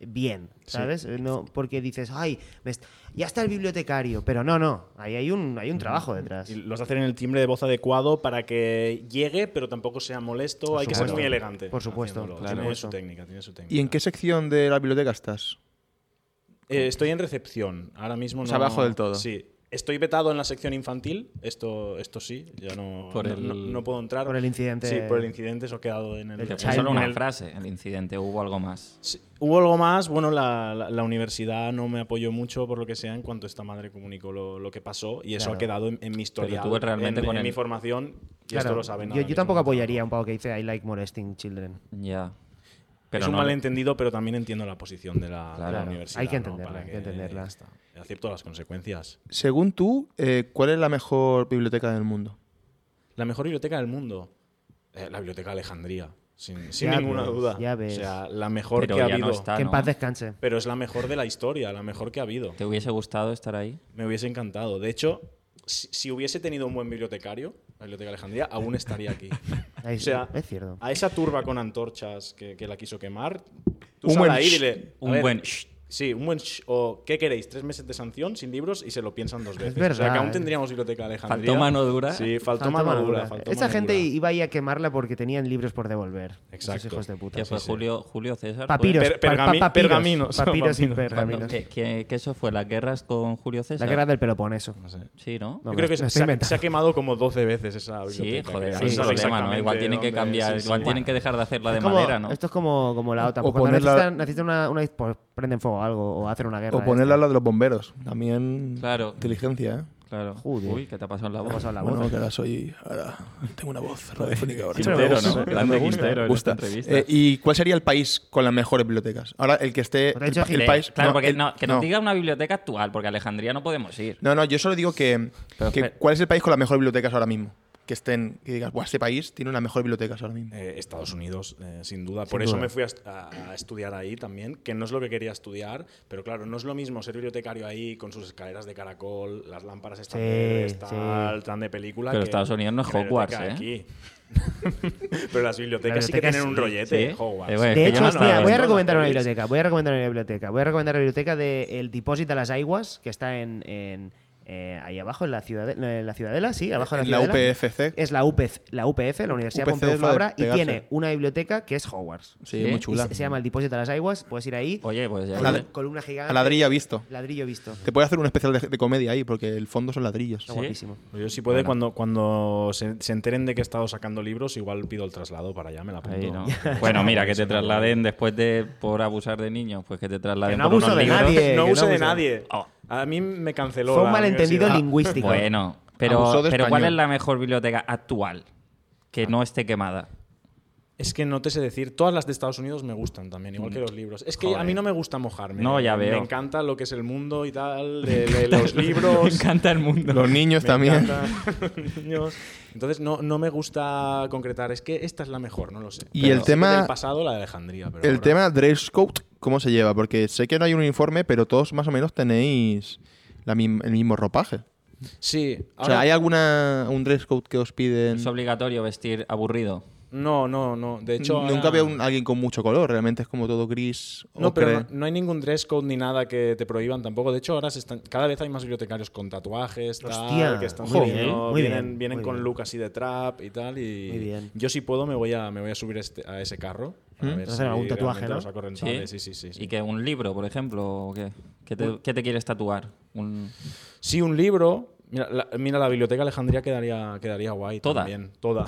[SPEAKER 1] bien, ¿sabes? Eh, No, porque dices, ay, me est- ya está el bibliotecario, pero no, no, ahí hay un, hay un trabajo detrás.
[SPEAKER 7] Y los de hacer en el timbre de voz adecuado para que llegue, pero tampoco sea molesto. Hay que ser
[SPEAKER 1] supuesto.
[SPEAKER 7] muy elegante.
[SPEAKER 1] Por supuesto,
[SPEAKER 7] haciéndolo.
[SPEAKER 1] claro.
[SPEAKER 7] tiene
[SPEAKER 1] Eso.
[SPEAKER 7] su técnica, tiene su técnica.
[SPEAKER 3] ¿Y en qué sección de la biblioteca estás?
[SPEAKER 7] Eh, estoy en recepción. Ahora mismo no.
[SPEAKER 3] O sea, abajo del todo.
[SPEAKER 7] Sí. Estoy vetado en la sección infantil. Esto, esto sí. Ya no,
[SPEAKER 2] Por
[SPEAKER 7] no-
[SPEAKER 2] el-
[SPEAKER 7] no- no puedo entrar.
[SPEAKER 1] por el incidente-
[SPEAKER 7] Sí, por el incidente. Eso ha quedado en el.
[SPEAKER 1] Del
[SPEAKER 2] Te
[SPEAKER 1] Child
[SPEAKER 2] pusieron una
[SPEAKER 1] Mal.
[SPEAKER 2] frase, el incidente, hubo algo más.
[SPEAKER 7] Sí. Hubo algo más, bueno, la, la- la universidad no me apoyó mucho por lo que sea en cuanto esta madre comunicó lo, lo que pasó y eso
[SPEAKER 1] Claro.
[SPEAKER 7] ha quedado en, en mi historia,
[SPEAKER 2] tú realmente
[SPEAKER 7] en,
[SPEAKER 2] con
[SPEAKER 7] en
[SPEAKER 2] el-
[SPEAKER 7] mi formación y
[SPEAKER 1] Claro,
[SPEAKER 7] esto lo saben.
[SPEAKER 1] yo,
[SPEAKER 7] ahora
[SPEAKER 1] yo tampoco
[SPEAKER 7] mismo.
[SPEAKER 1] apoyaría un poco que dice I like molesting children.
[SPEAKER 2] Ya. Pero
[SPEAKER 7] es un
[SPEAKER 2] no-
[SPEAKER 7] malentendido, pero también entiendo la posición de la, de la
[SPEAKER 2] Claro.
[SPEAKER 7] universidad.
[SPEAKER 1] Hay que
[SPEAKER 7] ¿no?
[SPEAKER 1] entenderla,
[SPEAKER 7] Para
[SPEAKER 1] hay que entenderla.
[SPEAKER 7] ya está. Acepto las consecuencias.
[SPEAKER 3] Según tú, eh, ¿cuál es la mejor biblioteca del mundo?
[SPEAKER 7] La mejor biblioteca del mundo. Eh, la biblioteca Alejandría, sin, sin
[SPEAKER 1] Ya
[SPEAKER 7] ninguna
[SPEAKER 1] ves,
[SPEAKER 7] duda.
[SPEAKER 1] ya ves.
[SPEAKER 7] O sea, la mejor
[SPEAKER 2] Pero
[SPEAKER 7] que ha
[SPEAKER 2] ya no
[SPEAKER 7] habido.
[SPEAKER 2] está. Ah,
[SPEAKER 1] que en
[SPEAKER 2] no.
[SPEAKER 1] paz descanse.
[SPEAKER 7] Pero es la mejor de la historia, la mejor que ha habido.
[SPEAKER 2] ¿Te hubiese gustado estar ahí?
[SPEAKER 7] Me hubiese encantado. De hecho, si, si hubiese tenido un buen bibliotecario, la biblioteca Alejandría, aún estaría aquí.
[SPEAKER 1] <laughs> Ahí-
[SPEAKER 7] o sea,
[SPEAKER 1] es cierto.
[SPEAKER 7] a esa turba con antorchas que, que la quiso quemar, tú
[SPEAKER 3] Un
[SPEAKER 7] sal
[SPEAKER 3] buen
[SPEAKER 7] ahí y
[SPEAKER 3] sh-
[SPEAKER 7] dile. a
[SPEAKER 2] un
[SPEAKER 7] ver,
[SPEAKER 2] buen sh-
[SPEAKER 7] Sí, un buen sh- o ¿qué queréis? Tres meses de sanción sin libros y se lo piensan dos veces. o sea,
[SPEAKER 1] verdad,
[SPEAKER 7] que aún
[SPEAKER 1] eh.
[SPEAKER 7] tendríamos biblioteca Alejandría.
[SPEAKER 2] Faltó mano dura.
[SPEAKER 7] Sí, faltó,
[SPEAKER 1] Faltó
[SPEAKER 7] mano,
[SPEAKER 1] mano
[SPEAKER 7] dura.
[SPEAKER 1] dura.
[SPEAKER 7] faltó
[SPEAKER 1] Esa
[SPEAKER 7] mano
[SPEAKER 1] gente
[SPEAKER 7] dura.
[SPEAKER 1] iba ahí a quemarla porque tenían libros por devolver. Esos
[SPEAKER 7] Exacto.
[SPEAKER 1] hijos de puta.
[SPEAKER 2] ¿Qué fue
[SPEAKER 7] sí.
[SPEAKER 2] Julio, Julio César? fue?
[SPEAKER 1] Papiros, pa-
[SPEAKER 7] Per-
[SPEAKER 1] pa-
[SPEAKER 7] pergami-
[SPEAKER 1] papiros,
[SPEAKER 7] pergaminos, <laughs>
[SPEAKER 1] papiros y
[SPEAKER 7] papiros.
[SPEAKER 2] Cuando-
[SPEAKER 1] pergaminos.
[SPEAKER 2] que, que- que eso fue? ¿Las guerras con Julio
[SPEAKER 1] La
[SPEAKER 2] César?
[SPEAKER 1] guerra del Peloponeso.
[SPEAKER 7] No sé.
[SPEAKER 2] Sí, ¿no?
[SPEAKER 1] No,
[SPEAKER 7] Yo
[SPEAKER 1] me-
[SPEAKER 7] creo que
[SPEAKER 1] me
[SPEAKER 7] se,
[SPEAKER 1] estoy
[SPEAKER 7] se ha,
[SPEAKER 1] inventando.
[SPEAKER 7] se ha quemado como 12 veces esa
[SPEAKER 2] Sí,
[SPEAKER 7] biblioteca.
[SPEAKER 2] joder,
[SPEAKER 7] que
[SPEAKER 2] hay un
[SPEAKER 7] no sabes
[SPEAKER 2] problema, ¿no?
[SPEAKER 7] exactamente
[SPEAKER 2] Igual tienen que
[SPEAKER 7] dónde-
[SPEAKER 2] cambiar,
[SPEAKER 7] sí, sí.
[SPEAKER 2] igual tienen que dejar de hacerla de
[SPEAKER 1] Como-
[SPEAKER 2] madera, ¿no?
[SPEAKER 1] Esto es como, como la OTAN.
[SPEAKER 3] o
[SPEAKER 1] Cuando
[SPEAKER 3] ponerla-
[SPEAKER 1] necesitan, necesitan una, una- pues, prenden fuego a algo o hacen una guerra.
[SPEAKER 3] O ponerla a la de los bomberos. También
[SPEAKER 2] Claro.
[SPEAKER 3] inteligencia, ¿eh?
[SPEAKER 2] Claro.
[SPEAKER 1] Joder.
[SPEAKER 2] Uy, ¿qué te ha pasado en la
[SPEAKER 1] Vamos a
[SPEAKER 2] voz?
[SPEAKER 1] pasar la
[SPEAKER 3] Bueno,
[SPEAKER 1] voz.
[SPEAKER 3] que ahora soy... Ahora tengo una voz radiofónica ahora.
[SPEAKER 2] Sí,
[SPEAKER 1] pero
[SPEAKER 2] Quintero,
[SPEAKER 1] me
[SPEAKER 2] ¿no?
[SPEAKER 1] gusta.
[SPEAKER 2] Grande
[SPEAKER 3] Me gusta,
[SPEAKER 2] Quintero
[SPEAKER 3] me
[SPEAKER 2] en
[SPEAKER 3] gusta.
[SPEAKER 2] esta entrevista.
[SPEAKER 3] Eh, ¿Y cuál sería el país con las mejores bibliotecas? Ahora, el que esté...
[SPEAKER 1] Pero
[SPEAKER 3] El,
[SPEAKER 1] hecho
[SPEAKER 3] pa- el
[SPEAKER 1] Hitler.
[SPEAKER 3] país...
[SPEAKER 2] Claro,
[SPEAKER 3] no,
[SPEAKER 2] porque
[SPEAKER 3] el-
[SPEAKER 2] no, que nos diga una biblioteca actual, porque a Alejandría no podemos ir.
[SPEAKER 3] No, no, yo solo digo que,
[SPEAKER 2] Pero
[SPEAKER 3] que
[SPEAKER 2] espera.
[SPEAKER 3] ¿cuál es el país con las mejores bibliotecas ahora mismo? Que estén, que digas, "Buah, este país tiene unas mejores bibliotecas ahora mismo.
[SPEAKER 7] Eh, Estados Unidos, eh, sin duda. Por eso me fui a, est- a- a estudiar ahí también, que no es lo que quería estudiar, pero claro, no es lo mismo ser bibliotecario ahí con sus escaleras de caracol, las lámparas estas
[SPEAKER 1] Sí,
[SPEAKER 7] verdes,
[SPEAKER 1] sí.
[SPEAKER 7] tal, tan de película.
[SPEAKER 2] Pero
[SPEAKER 7] que
[SPEAKER 2] Estados Unidos no es
[SPEAKER 7] que la biblioteca
[SPEAKER 2] Hogwarts,
[SPEAKER 7] aquí. pero las bibliotecas
[SPEAKER 1] La
[SPEAKER 7] sí que
[SPEAKER 1] biblioteca
[SPEAKER 7] tienen
[SPEAKER 1] es-
[SPEAKER 7] un rollete,
[SPEAKER 2] sí.
[SPEAKER 7] Hogwarts.
[SPEAKER 2] Eh, bueno,
[SPEAKER 1] De
[SPEAKER 2] Es que yo
[SPEAKER 1] hecho,
[SPEAKER 2] no
[SPEAKER 1] hostia,
[SPEAKER 2] estaba
[SPEAKER 1] voy a
[SPEAKER 2] viendo
[SPEAKER 1] recomendar una biblioteca. Voy a recomendar una biblioteca. Voy a recomendar la biblioteca del Dipósito de las Aguas, que está en, en, eh, ahí abajo, en la, ciudade- en la Ciudadela, sí, abajo de
[SPEAKER 3] En
[SPEAKER 1] la
[SPEAKER 3] la
[SPEAKER 1] Ciudadela.
[SPEAKER 3] UPFC.
[SPEAKER 1] Es la UPF, la, UPF, la Universidad
[SPEAKER 3] UPC es
[SPEAKER 1] Pompeu
[SPEAKER 3] lo de
[SPEAKER 1] Fabra, y
[SPEAKER 3] pegarse.
[SPEAKER 1] tiene una biblioteca que es Hogwarts. ¿Eh?
[SPEAKER 3] Sí,
[SPEAKER 2] ¿Sí?
[SPEAKER 3] muy
[SPEAKER 1] Y
[SPEAKER 3] chula.
[SPEAKER 1] se, se llama el Dipósito de las Aguas, puedes ir ahí,
[SPEAKER 2] Oye, pues ya.
[SPEAKER 3] Vale.
[SPEAKER 1] columna gigante,
[SPEAKER 3] A ladrilla visto.
[SPEAKER 1] ladrillo visto. Está
[SPEAKER 3] Te puede hacer un especial de, de comedia ahí, porque el fondo son ladrillos.
[SPEAKER 1] guapísimo.
[SPEAKER 7] Pues Yo si puede, cuando, cuando se, se enteren de que he estado sacando libros, igual pido el traslado para allá, me la apunto.
[SPEAKER 2] Ahí,
[SPEAKER 3] <laughs>
[SPEAKER 7] <laughs>
[SPEAKER 2] ¿no? bueno, mira, que te trasladen después de por abusar de niños, pues que te trasladen
[SPEAKER 1] Que no
[SPEAKER 2] por unos
[SPEAKER 1] abuso de
[SPEAKER 2] libros.
[SPEAKER 1] nadie.
[SPEAKER 7] no
[SPEAKER 1] que
[SPEAKER 7] use
[SPEAKER 1] no
[SPEAKER 7] de
[SPEAKER 1] abuse.
[SPEAKER 7] nadie.
[SPEAKER 2] Oh.
[SPEAKER 7] A mí me canceló.
[SPEAKER 1] Fue un
[SPEAKER 7] la
[SPEAKER 1] malentendido
[SPEAKER 7] universidad.
[SPEAKER 1] lingüístico.
[SPEAKER 2] Bueno, pero,
[SPEAKER 3] Abusó de
[SPEAKER 2] pero ¿cuál
[SPEAKER 3] español.
[SPEAKER 2] es la mejor biblioteca actual que no esté quemada?
[SPEAKER 7] Es que no te sé decir, todas las de Estados Unidos me gustan también, igual que los libros. Es que a mí no me gusta mojarme.
[SPEAKER 2] Mm. No, ya
[SPEAKER 7] me,
[SPEAKER 2] veo.
[SPEAKER 7] Me encanta lo que es el mundo y tal, de, de los
[SPEAKER 2] <laughs>
[SPEAKER 7] libros.
[SPEAKER 2] Me encanta el mundo.
[SPEAKER 3] Los niños también.
[SPEAKER 7] <laughs> Niños. Entonces no, no me gusta concretar, es que esta es la mejor, no lo sé.
[SPEAKER 3] Y
[SPEAKER 7] Pero
[SPEAKER 3] el
[SPEAKER 7] sí que
[SPEAKER 3] tema-
[SPEAKER 7] del pasado la de Alejandría, pero
[SPEAKER 3] El
[SPEAKER 7] ahora-
[SPEAKER 3] tema dress code, ¿cómo se lleva? Porque sé que no hay un uniforme, pero todos más o menos tenéis la mim- el mismo ropaje.
[SPEAKER 7] Sí,
[SPEAKER 3] o sea,
[SPEAKER 7] ahora-
[SPEAKER 3] ¿hay alguna un dress code que os piden?
[SPEAKER 2] Es obligatorio vestir aburrido.
[SPEAKER 7] No, no, no. De hecho,
[SPEAKER 3] Nunca
[SPEAKER 7] ahora-
[SPEAKER 3] veo un- alguien con mucho color, realmente es como todo gris.
[SPEAKER 7] No,
[SPEAKER 3] ocre.
[SPEAKER 7] pero no, no hay ningún dress code ni nada que te prohíban tampoco. De hecho, ahora se están, cada vez hay más bibliotecarios con tatuajes, tal,
[SPEAKER 1] Hostia,
[SPEAKER 7] que están
[SPEAKER 1] muy
[SPEAKER 7] haciendo-
[SPEAKER 1] bien, muy
[SPEAKER 7] vienen,
[SPEAKER 1] bien,
[SPEAKER 7] vienen
[SPEAKER 1] muy
[SPEAKER 7] con
[SPEAKER 1] bien.
[SPEAKER 7] look así de trap y tal. Y
[SPEAKER 1] Muy bien. ¿Mm?
[SPEAKER 7] yo si puedo me voy a, me voy a subir este- a ese carro. A ver
[SPEAKER 1] Vas a hacer algún
[SPEAKER 7] realmente
[SPEAKER 1] tatuaje,
[SPEAKER 7] lo
[SPEAKER 1] ¿no?
[SPEAKER 7] saco
[SPEAKER 2] Sí,
[SPEAKER 7] rentable. Sí, sí, sí. sí.
[SPEAKER 2] Y que un libro, por ejemplo, ¿o qué? ¿Qué te, qué te quieres tatuar? Un-
[SPEAKER 7] Sí, un libro. Mira la, mira, la biblioteca Alejandría quedaría, quedaría guay
[SPEAKER 2] Toda.
[SPEAKER 7] también. Toda.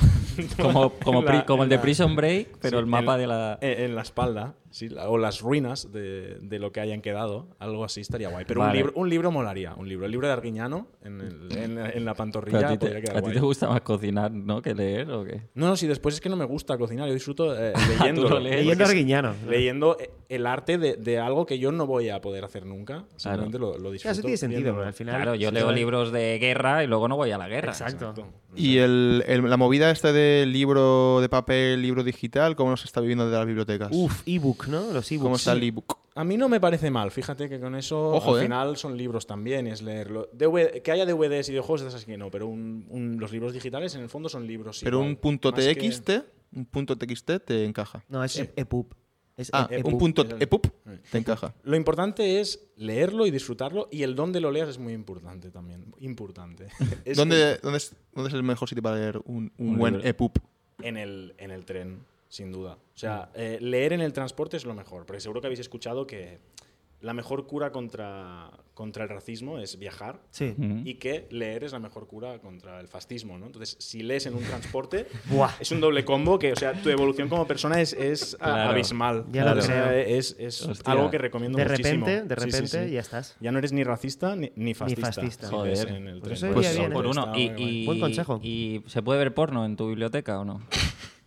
[SPEAKER 2] como, como,
[SPEAKER 7] En la-
[SPEAKER 2] pri- como el
[SPEAKER 7] en
[SPEAKER 2] de
[SPEAKER 7] la-
[SPEAKER 2] Prison Break, pero
[SPEAKER 7] Sí,
[SPEAKER 2] el mapa
[SPEAKER 7] en-
[SPEAKER 2] de la...
[SPEAKER 7] En, en la espalda, sí, la- o las ruinas de, de lo que hayan quedado, algo así estaría guay. Pero
[SPEAKER 2] Vale.
[SPEAKER 7] un, libro, un libro molaría, un libro. El libro de Arguiñano en, el- en la- en la
[SPEAKER 2] Pero
[SPEAKER 7] pantorrilla
[SPEAKER 2] a ti,
[SPEAKER 7] podría
[SPEAKER 2] te, pues,
[SPEAKER 7] quedar
[SPEAKER 2] a ti
[SPEAKER 7] guay.
[SPEAKER 2] te gusta más cocinar, ¿no? Que leer o qué.
[SPEAKER 7] No, no, si después es que no me gusta cocinar, yo disfruto
[SPEAKER 2] <laughs>
[SPEAKER 7] eh,
[SPEAKER 2] Ah, tú lo
[SPEAKER 7] leyéndolo,
[SPEAKER 2] lees.
[SPEAKER 7] porque
[SPEAKER 1] Leyendo
[SPEAKER 7] es-
[SPEAKER 1] Arguiñano.
[SPEAKER 7] Leyendo eh, el arte de, de algo que yo no voy a poder hacer nunca. Simplemente lo, lo disfruto.
[SPEAKER 1] Claro, eso tiene sentido,
[SPEAKER 7] viéndolo.
[SPEAKER 1] porque al final.
[SPEAKER 2] Claro, yo
[SPEAKER 1] Sí,
[SPEAKER 2] leo
[SPEAKER 1] vale.
[SPEAKER 2] libros de guerra y luego no voy a la guerra.
[SPEAKER 1] Exacto.
[SPEAKER 3] Y el- el- la movida esta del libro de papel, libro digital, ¿cómo se está viviendo de las bibliotecas?
[SPEAKER 1] Uf, ebook, ¿no? Los ebooks.
[SPEAKER 3] ¿Cómo está el
[SPEAKER 1] Sí.
[SPEAKER 3] ebook?
[SPEAKER 7] A mí no me parece mal, fíjate que con eso
[SPEAKER 3] Ojo,
[SPEAKER 7] al
[SPEAKER 3] ¿eh?
[SPEAKER 7] final son libros también, es leerlo. DVD que haya DVDs y videojuegos, esas que no, pero un- un- los libros digitales en el fondo son libros.
[SPEAKER 3] Pero
[SPEAKER 7] igual,
[SPEAKER 3] un punto
[SPEAKER 7] más que-
[SPEAKER 3] TXT, un punto TXT te encaja.
[SPEAKER 1] No, es
[SPEAKER 2] Eh.
[SPEAKER 1] EPUB. Es
[SPEAKER 3] Ah,
[SPEAKER 1] epub.
[SPEAKER 3] un punto
[SPEAKER 7] era-
[SPEAKER 3] EPUB te encaja.
[SPEAKER 7] Lo importante es leerlo y disfrutarlo y el dónde lo leas es muy importante también.
[SPEAKER 3] <laughs>
[SPEAKER 7] Importante. Es
[SPEAKER 3] ¿Dónde, dónde es, dónde es el mejor sitio para leer un, un buen
[SPEAKER 2] libro.
[SPEAKER 3] EPUB?
[SPEAKER 7] que En el, en el tren, sin duda. O sea, eh, leer en el transporte es lo mejor, porque seguro que habéis escuchado que la mejor cura contra, contra el racismo es viajar.
[SPEAKER 1] Sí.
[SPEAKER 2] Mm.
[SPEAKER 7] y que leer es la mejor cura contra el fascismo, ¿no? Entonces, si lees en un transporte,
[SPEAKER 1] <laughs> Buah.
[SPEAKER 7] es un doble combo que, o sea, tu evolución como persona es, es a-
[SPEAKER 2] Claro.
[SPEAKER 7] abismal.
[SPEAKER 1] Ya lo
[SPEAKER 7] O sea,
[SPEAKER 1] creo.
[SPEAKER 7] es, es
[SPEAKER 2] Hostia.
[SPEAKER 7] algo que recomiendo
[SPEAKER 1] De
[SPEAKER 7] muchísimo.
[SPEAKER 1] repente, de
[SPEAKER 7] Sí, sí,
[SPEAKER 1] repente,
[SPEAKER 7] sí.
[SPEAKER 1] ya estás.
[SPEAKER 7] Ya no eres ni racista ni, ni fascista.
[SPEAKER 1] fascista.
[SPEAKER 7] si lees
[SPEAKER 2] Joder.
[SPEAKER 7] en el
[SPEAKER 1] Pues
[SPEAKER 7] tren.
[SPEAKER 1] eso iría bien,
[SPEAKER 2] por
[SPEAKER 1] ¿eh?
[SPEAKER 2] uno. Y, y-
[SPEAKER 1] Buen consejo.
[SPEAKER 2] ¿Y se puede ver porno en tu biblioteca o no?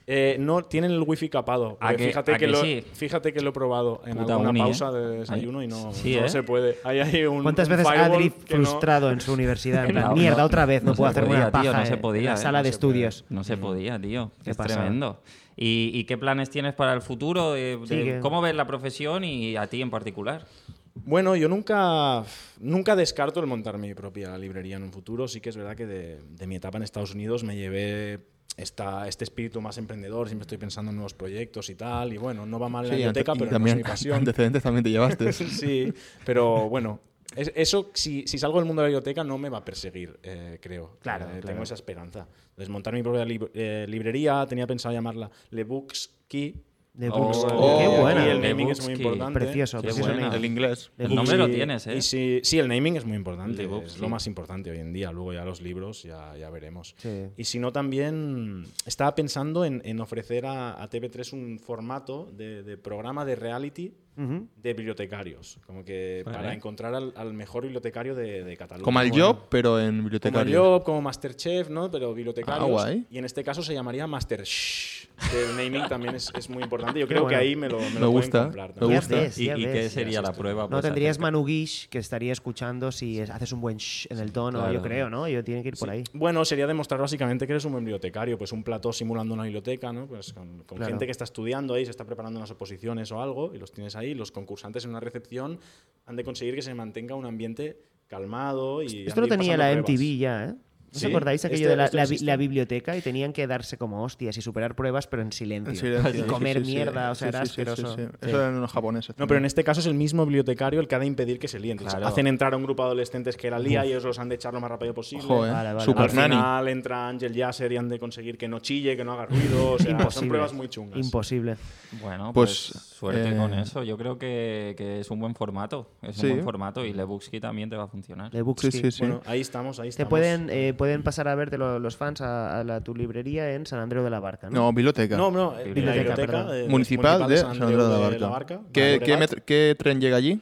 [SPEAKER 7] Eh, no, tienen el wifi capado.
[SPEAKER 2] ¿A
[SPEAKER 7] porque
[SPEAKER 2] que-
[SPEAKER 7] fíjate,
[SPEAKER 2] a
[SPEAKER 7] que
[SPEAKER 2] que
[SPEAKER 7] lo,
[SPEAKER 2] sí?
[SPEAKER 7] fíjate que lo he probado en
[SPEAKER 2] Puta
[SPEAKER 7] alguna
[SPEAKER 2] uni, ¿eh?
[SPEAKER 7] pausa de desayuno y no,
[SPEAKER 2] Sí,
[SPEAKER 7] no
[SPEAKER 2] ¿eh?
[SPEAKER 7] se puede. Ahí hay un,
[SPEAKER 1] ¿Cuántas
[SPEAKER 7] un
[SPEAKER 1] veces
[SPEAKER 7] firewall
[SPEAKER 1] Adri
[SPEAKER 7] que no-
[SPEAKER 1] frustrado en su
[SPEAKER 2] <laughs>
[SPEAKER 1] universidad? En plan,
[SPEAKER 2] No, no,
[SPEAKER 1] Mierda, otra vez, no,
[SPEAKER 2] no
[SPEAKER 1] puedo
[SPEAKER 2] se
[SPEAKER 1] hacer
[SPEAKER 2] podía,
[SPEAKER 1] una paja
[SPEAKER 2] tío, no se
[SPEAKER 1] en-
[SPEAKER 2] podía,
[SPEAKER 1] en la
[SPEAKER 2] ¿eh?
[SPEAKER 1] sala
[SPEAKER 2] No
[SPEAKER 1] de
[SPEAKER 2] se
[SPEAKER 1] estudios.
[SPEAKER 2] No se podía, tío.
[SPEAKER 1] Qué
[SPEAKER 2] es
[SPEAKER 1] pasada.
[SPEAKER 2] tremendo. ¿Y, y qué planes tienes para el futuro? De-
[SPEAKER 1] Sí,
[SPEAKER 2] de-
[SPEAKER 1] que-
[SPEAKER 2] ¿Cómo ves la profesión y a ti en particular?
[SPEAKER 7] Bueno, yo nunca, nunca descarto el montar mi propia librería en un futuro. Sí que es verdad que de, de mi etapa en Estados Unidos me llevé esta, este espíritu más emprendedor. Siempre estoy pensando en nuevos proyectos y tal. Y bueno, no va mal la
[SPEAKER 3] Sí, ante- y
[SPEAKER 7] biblioteca, pero no es
[SPEAKER 3] también
[SPEAKER 7] mi <laughs> pasión.
[SPEAKER 3] antecedentes también te llevaste.
[SPEAKER 7] sí, pero bueno. es- Eso, si, si salgo del mundo de la biblioteca, no me va a perseguir, eh, creo.
[SPEAKER 1] Claro,
[SPEAKER 7] Eh,
[SPEAKER 1] claro.
[SPEAKER 7] Tengo esa esperanza. Desmontar mi propia lib- eh, librería, tenía pensado llamarla Le Books Key.
[SPEAKER 1] De
[SPEAKER 2] Oh,
[SPEAKER 1] Books.
[SPEAKER 2] oh,
[SPEAKER 1] Qué
[SPEAKER 7] aquí
[SPEAKER 1] buena.
[SPEAKER 7] El
[SPEAKER 2] Le
[SPEAKER 7] naming es
[SPEAKER 2] Books
[SPEAKER 7] muy
[SPEAKER 2] Key.
[SPEAKER 7] importante.
[SPEAKER 1] Precioso,
[SPEAKER 2] Qué
[SPEAKER 1] precioso.
[SPEAKER 2] buena.
[SPEAKER 1] name.
[SPEAKER 3] el inglés.
[SPEAKER 1] De
[SPEAKER 2] El nombre
[SPEAKER 7] Y-
[SPEAKER 2] lo tienes, ¿eh?
[SPEAKER 7] y sí, sí, el naming es muy importante.
[SPEAKER 2] El de Vox,
[SPEAKER 7] es
[SPEAKER 2] sí.
[SPEAKER 7] lo más importante hoy en día. Luego ya los libros, ya, ya veremos.
[SPEAKER 1] Sí.
[SPEAKER 7] Y si no, también estaba pensando en, en ofrecer a, a TV3 un formato de, de programa de reality
[SPEAKER 1] Ujú.
[SPEAKER 7] de bibliotecarios. Como que
[SPEAKER 2] Vale.
[SPEAKER 7] para encontrar al, al mejor bibliotecario de, de Cataluña.
[SPEAKER 3] Como al
[SPEAKER 7] Bueno,
[SPEAKER 3] Job, pero en biblioteca.
[SPEAKER 7] Como el Job, como Masterchef, ¿no? Pero bibliotecarios.
[SPEAKER 3] Ah, guay.
[SPEAKER 7] Y en este caso se llamaría Master Shh. que El naming también es, es muy importante. Yo
[SPEAKER 1] Qué
[SPEAKER 7] creo
[SPEAKER 1] bueno.
[SPEAKER 7] que ahí me lo, me
[SPEAKER 3] Me
[SPEAKER 7] lo pueden
[SPEAKER 3] gusta,
[SPEAKER 7] comprar
[SPEAKER 3] me
[SPEAKER 7] también.
[SPEAKER 1] Ya
[SPEAKER 3] gusta.
[SPEAKER 1] ves,
[SPEAKER 2] ¿Y,
[SPEAKER 1] ya
[SPEAKER 2] y qué
[SPEAKER 1] ves.
[SPEAKER 2] sería la prueba?
[SPEAKER 1] No
[SPEAKER 2] pues,
[SPEAKER 1] tendrías
[SPEAKER 2] acerca-
[SPEAKER 1] Manu Guix que estaría escuchando si es- haces un buen shh en el tono,
[SPEAKER 2] Claro.
[SPEAKER 1] yo creo, ¿no? Yo tiene que ir por ahí.
[SPEAKER 7] Bueno, sería demostrar básicamente que eres un buen bibliotecario, pues un plató simulando una biblioteca, ¿no? Pues con, con
[SPEAKER 1] Claro.
[SPEAKER 7] gente que está estudiando ahí, se está preparando unas oposiciones o algo, y los tienes ahí, los concursantes en una recepción han de conseguir que se mantenga un ambiente calmado y...
[SPEAKER 1] Esto
[SPEAKER 7] han
[SPEAKER 1] lo
[SPEAKER 7] de ir
[SPEAKER 1] tenía
[SPEAKER 7] pasando
[SPEAKER 1] la MTV
[SPEAKER 7] pruebas.
[SPEAKER 1] ya, ¿eh? ¿No
[SPEAKER 7] Sí,
[SPEAKER 1] os acordáis aquello
[SPEAKER 7] este-
[SPEAKER 1] de la,
[SPEAKER 7] este
[SPEAKER 1] la bi-
[SPEAKER 7] existe.
[SPEAKER 1] la biblioteca y tenían que darse como hostias y superar pruebas, pero en silencio?
[SPEAKER 3] En
[SPEAKER 1] Y
[SPEAKER 3] silencio.
[SPEAKER 1] comer
[SPEAKER 3] <laughs> Sí, sí, sí.
[SPEAKER 1] mierda, o
[SPEAKER 3] Sí,
[SPEAKER 1] sea, era
[SPEAKER 3] sí, sí, sí,
[SPEAKER 1] asqueroso.
[SPEAKER 3] sí. Eso eran los japoneses.
[SPEAKER 7] No, pero en este caso es el mismo bibliotecario el que ha de impedir que se líen. Entonces,
[SPEAKER 2] Claro.
[SPEAKER 7] Hacen entrar a un grupo de adolescentes que la lía y ellos los han de echar lo más rápido posible.
[SPEAKER 3] Ojo, eh.
[SPEAKER 1] Vale, vale,
[SPEAKER 3] Super
[SPEAKER 7] Al
[SPEAKER 3] Nani.
[SPEAKER 7] final entra Angel Yasser y han de conseguir que no chille, que no haga ruido. O sea, son pruebas muy chungas.
[SPEAKER 1] Imposible.
[SPEAKER 2] Bueno,
[SPEAKER 3] Pues,
[SPEAKER 2] pues, suerte
[SPEAKER 3] eh,
[SPEAKER 2] con eso. Yo creo que, que es un buen formato. Es
[SPEAKER 3] Sí.
[SPEAKER 2] un buen formato y Lebuxki también te va a funcionar.
[SPEAKER 1] De
[SPEAKER 3] Sí,
[SPEAKER 1] Bookscape.
[SPEAKER 3] sí, sí.
[SPEAKER 7] Bueno, ahí estamos, ahí
[SPEAKER 1] Te
[SPEAKER 7] estamos.
[SPEAKER 1] pueden, eh, pueden pasar a verte lo- los fans a, a la, tu librería en San Andreu de la Barca, ¿no?
[SPEAKER 3] no, biblioteca.
[SPEAKER 7] No, no, eh,
[SPEAKER 2] Biblioteca,
[SPEAKER 7] la biblioteca
[SPEAKER 1] perdón.
[SPEAKER 7] eh,
[SPEAKER 3] municipal de San Andreu de la Barca. ¿Qué,
[SPEAKER 7] Vale.
[SPEAKER 3] qué metro- qué tren llega allí?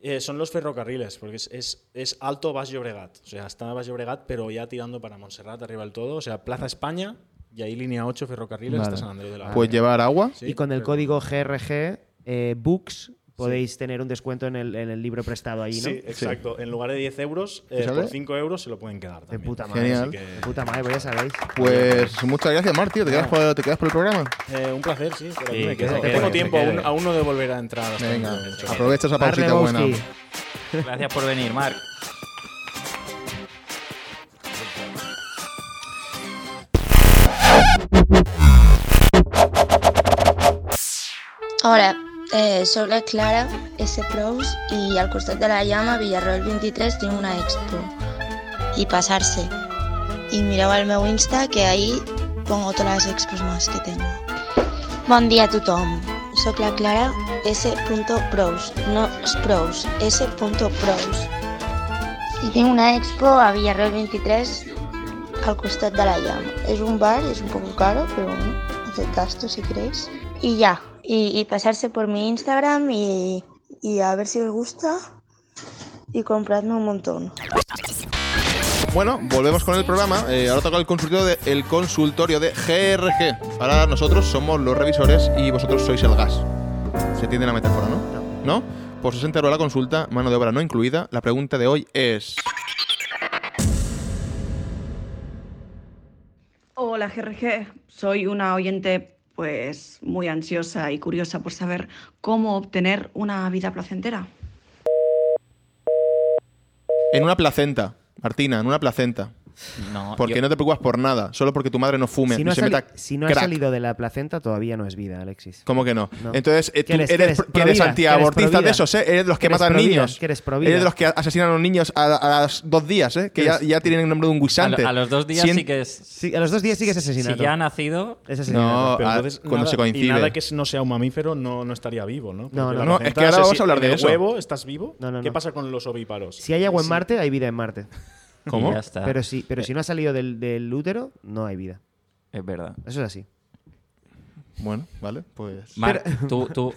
[SPEAKER 7] Eh, son los ferrocarriles, porque es, es, es Alto Baix Llobregat. O sea, está Baix Llobregat, pero ya tirando para Montserrat, arriba del todo. O sea, Plaza España, Y ahí línea 8, ferrocarriles,
[SPEAKER 1] Vale.
[SPEAKER 7] hasta San Andreu de la
[SPEAKER 3] Pues
[SPEAKER 7] Barca.
[SPEAKER 3] llevar agua.
[SPEAKER 7] Sí,
[SPEAKER 1] y con el
[SPEAKER 7] pero-
[SPEAKER 1] código GRG eh, Books podéis tener un descuento en el, en el libro prestado ahí, ¿no?
[SPEAKER 7] Sí, exacto. En lugar de 10 euros, eh,
[SPEAKER 3] Fíjate.
[SPEAKER 7] por 5 euros se lo pueden quedar
[SPEAKER 1] De
[SPEAKER 7] también.
[SPEAKER 1] puta madre.
[SPEAKER 3] Genial.
[SPEAKER 1] De puta madre, pues ya sabéis.
[SPEAKER 3] Pues muchas gracias, Mar, tío. ¿Te quedas, por, te quedas por el programa?
[SPEAKER 7] Eh, un placer, sí. Pero
[SPEAKER 2] Sí,
[SPEAKER 7] aquí
[SPEAKER 2] que
[SPEAKER 7] me quedo.
[SPEAKER 2] se
[SPEAKER 7] Que
[SPEAKER 2] quede,
[SPEAKER 7] tengo
[SPEAKER 2] que
[SPEAKER 7] tiempo
[SPEAKER 2] se
[SPEAKER 7] aún,
[SPEAKER 2] quede.
[SPEAKER 7] aún no de volver a entrar. hasta
[SPEAKER 3] Venga,
[SPEAKER 7] entonces.
[SPEAKER 3] aprovecha esa
[SPEAKER 1] Marne
[SPEAKER 3] pausita buena.
[SPEAKER 1] Bowski.
[SPEAKER 2] Gracias por venir, Marc.
[SPEAKER 6] Hola, eh, soc la Clara S. Prous i al costat de la llama Villarroel 23 tinc una expo i passar-se. I mireu el meu Insta que ahí pongo todas las expos más que tengo. Bon dia a tothom. Soc la Clara S. Prous, no Prous, S. Prous. I tinc una expo a Villarroel 23 al costat de la llama. És un bar, és un poco caro, però bueno, haced gasto si queréis. Y ya, y, y pasarse por mi Instagram y, y a ver si os gusta y compradme un montón.
[SPEAKER 3] Bueno, volvemos con el programa. Eh, ahora toca el consultorio de, el consultorio de GRG. Ahora nosotros somos los revisores y vosotros sois el gas. Se entiende la metáfora, ¿no? ¿No? Pues Por 60 euros la consulta, mano de obra no incluida. La pregunta de hoy es...
[SPEAKER 8] Hola GRG, soy una oyente pues muy ansiosa y curiosa por saber cómo obtener una vida placentera.
[SPEAKER 3] En una placenta, Martina, en una placenta.
[SPEAKER 2] No,
[SPEAKER 3] Porque
[SPEAKER 2] Ah, yo-
[SPEAKER 3] no te preocupas por nada, solo porque tu madre no fume,
[SPEAKER 1] Si
[SPEAKER 3] no
[SPEAKER 1] no, ha
[SPEAKER 3] se
[SPEAKER 1] sali-
[SPEAKER 3] meta
[SPEAKER 1] si no ha
[SPEAKER 3] crack.
[SPEAKER 1] salido de la placenta, todavía no es vida, Alexis.
[SPEAKER 3] ¿Cómo que no?
[SPEAKER 1] No.
[SPEAKER 3] Entonces, eh,
[SPEAKER 1] ¿Qué
[SPEAKER 3] tú
[SPEAKER 1] eres? ¿Qué eres?
[SPEAKER 3] eres, que eres
[SPEAKER 1] ¿Provida? ¿Que eres
[SPEAKER 3] antiabortista
[SPEAKER 1] provida?
[SPEAKER 3] de esos, ¿eh? Eres de los
[SPEAKER 1] ¿Que
[SPEAKER 3] que
[SPEAKER 1] eres
[SPEAKER 3] matan
[SPEAKER 1] provida?
[SPEAKER 3] niños.
[SPEAKER 1] ¿Que eres provida?
[SPEAKER 3] de los que asesinan a los niños a, a los dos días, ¿eh? Que ya, ya tienen el nombre de un
[SPEAKER 2] a,
[SPEAKER 3] guisante.
[SPEAKER 2] lo- a los dos días
[SPEAKER 3] Cien-
[SPEAKER 2] sí que es.
[SPEAKER 1] Sí, a los dos días sí que es
[SPEAKER 2] Si
[SPEAKER 1] asesinato.
[SPEAKER 2] ya ha nacido,
[SPEAKER 1] Es
[SPEAKER 3] No,
[SPEAKER 1] asesinato.
[SPEAKER 7] Pero
[SPEAKER 3] ah,
[SPEAKER 7] entonces,
[SPEAKER 3] cuando
[SPEAKER 7] nada-
[SPEAKER 3] se coincide.
[SPEAKER 7] Y nada que no sea un mamífero no, no estaría vivo, ¿no?
[SPEAKER 1] No,
[SPEAKER 7] Porque
[SPEAKER 1] no,
[SPEAKER 7] la
[SPEAKER 1] no,
[SPEAKER 3] es
[SPEAKER 7] placenta
[SPEAKER 3] que ahora
[SPEAKER 7] se-
[SPEAKER 3] vamos a hablar
[SPEAKER 7] en
[SPEAKER 3] de
[SPEAKER 7] el
[SPEAKER 3] eso.
[SPEAKER 7] huevo estás vivo?
[SPEAKER 1] No, no, no.
[SPEAKER 7] ¿Qué pasa con los ovíparos?
[SPEAKER 1] Si hay agua en Marte, hay vida en Marte.
[SPEAKER 2] y
[SPEAKER 3] ¿Cómo?
[SPEAKER 2] ya está.
[SPEAKER 1] Pero si, pero si no ha salido del, del útero, no hay vida.
[SPEAKER 2] Es verdad.
[SPEAKER 1] Eso es así.
[SPEAKER 3] Bueno, vale, pues.
[SPEAKER 2] Marc, tú,
[SPEAKER 7] <laughs>
[SPEAKER 2] tú-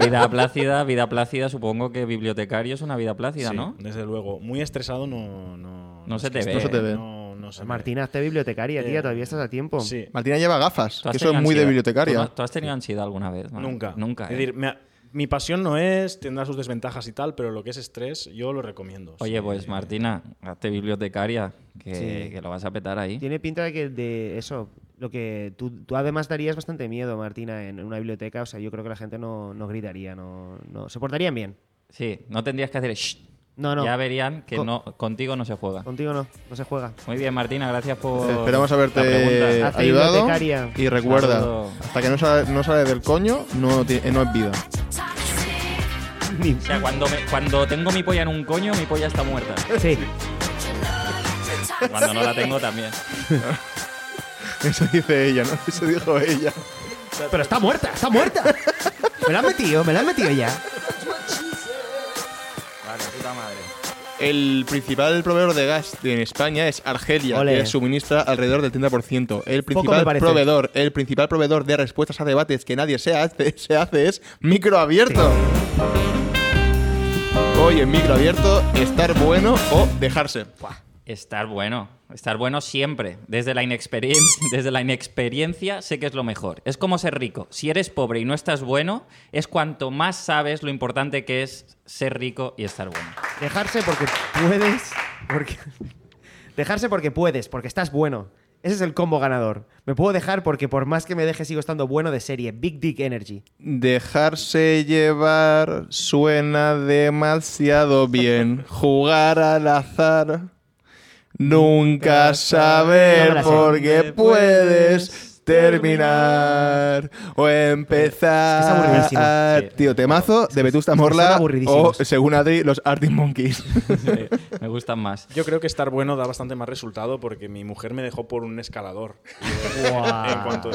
[SPEAKER 2] vida plácida, vida plácida, supongo que bibliotecario es una vida plácida,
[SPEAKER 7] Sí,
[SPEAKER 2] ¿no?
[SPEAKER 7] desde luego. Muy estresado no... No,
[SPEAKER 2] No se
[SPEAKER 7] es
[SPEAKER 2] te
[SPEAKER 7] que
[SPEAKER 2] ve.
[SPEAKER 3] No se te ve.
[SPEAKER 7] No, no se ve.
[SPEAKER 1] Martina, hazte bibliotecaria, tía, todavía estás a tiempo.
[SPEAKER 7] Sí.
[SPEAKER 3] Martina lleva gafas,
[SPEAKER 2] ¿Tú has
[SPEAKER 3] que eso es
[SPEAKER 2] tenido
[SPEAKER 3] muy de
[SPEAKER 2] ansiedad?
[SPEAKER 3] bibliotecaria.
[SPEAKER 2] ¿Tú, no- tú has tenido ansiedad alguna vez? Marc?
[SPEAKER 7] Nunca.
[SPEAKER 2] Nunca.
[SPEAKER 7] Es
[SPEAKER 2] ¿eh?
[SPEAKER 7] decir, me- mi pasión no es, tendrá sus desventajas y tal, pero lo que es estrés, yo lo recomiendo.
[SPEAKER 2] Oye,
[SPEAKER 7] Sí.
[SPEAKER 2] pues Martina, hazte bibliotecaria, que,
[SPEAKER 1] Sí.
[SPEAKER 2] que lo vas a petar ahí.
[SPEAKER 1] Tiene pinta de que de eso, lo que tú, tú además darías bastante miedo, Martina, en una biblioteca. O sea, yo creo que la gente no, no gritaría, no, no. Se portarían bien.
[SPEAKER 2] Sí, no tendrías que hacer. "Shh".
[SPEAKER 1] No, no.
[SPEAKER 2] Ya verían que
[SPEAKER 1] Con-
[SPEAKER 2] no, contigo no se juega.
[SPEAKER 1] Contigo no, no se juega.
[SPEAKER 2] Muy bien, Martina, gracias por.
[SPEAKER 3] Eh, Esperamos
[SPEAKER 2] la
[SPEAKER 3] haberte
[SPEAKER 2] pregunta.
[SPEAKER 1] Hace
[SPEAKER 3] ayudado.
[SPEAKER 1] bibliotecaria.
[SPEAKER 3] Y recuerda,
[SPEAKER 2] Saludo.
[SPEAKER 3] hasta que no sale, no sale del coño, no, ti- eh, no es vida. <laughs>
[SPEAKER 2] O sea, cuando, me- cuando tengo mi polla en un coño, mi polla está muerta.
[SPEAKER 1] Sí,
[SPEAKER 2] Cuando no la <laughs> tengo también.
[SPEAKER 3] Eso dice ella, ¿no? Eso dijo ella.
[SPEAKER 1] pero está muerta, está muerta. Me la han metido, me la han metido ya.
[SPEAKER 2] Vale, puta madre.
[SPEAKER 3] El principal proveedor de gas en España es Argelia,
[SPEAKER 1] Ole.
[SPEAKER 3] que suministra alrededor del 30%. El
[SPEAKER 1] me
[SPEAKER 3] principal
[SPEAKER 1] parece.
[SPEAKER 3] proveedor, el principal proveedor de respuestas a debates que nadie se hace, <laughs> se hace es microabierto. Hoy en microabierto, estar bueno o dejarse.
[SPEAKER 2] Estar bueno. Estar bueno siempre. Desde la, inexperiencia, <laughs> desde la inexperiencia sé que es lo mejor. Es como ser rico. Si eres pobre y no estás bueno, es cuanto más sabes lo importante que es ser rico y estar bueno.
[SPEAKER 1] Dejarse porque puedes. Porque... Dejarse porque puedes, porque estás bueno. Ese es el combo ganador. Me puedo dejar porque por más que me deje sigo estando bueno de serie. Big Dick Energy.
[SPEAKER 3] Dejarse llevar suena demasiado <laughs> bien. Jugar al azar. Nunca
[SPEAKER 1] No me la
[SPEAKER 3] saber
[SPEAKER 1] sé.
[SPEAKER 3] por qué puedes terminar o empezar.
[SPEAKER 1] Es que es aburridísimo.
[SPEAKER 2] Sí.
[SPEAKER 3] Tío, temazo de Vetusta
[SPEAKER 1] son
[SPEAKER 3] Morla o,
[SPEAKER 1] aburridísimos.
[SPEAKER 3] según Adri, los Arctic <laughs> Monkeys.
[SPEAKER 2] Me gustan más.
[SPEAKER 7] <laughs> Yo creo que estar bueno da bastante más resultado porque mi mujer me dejó por un escalador. En cuanto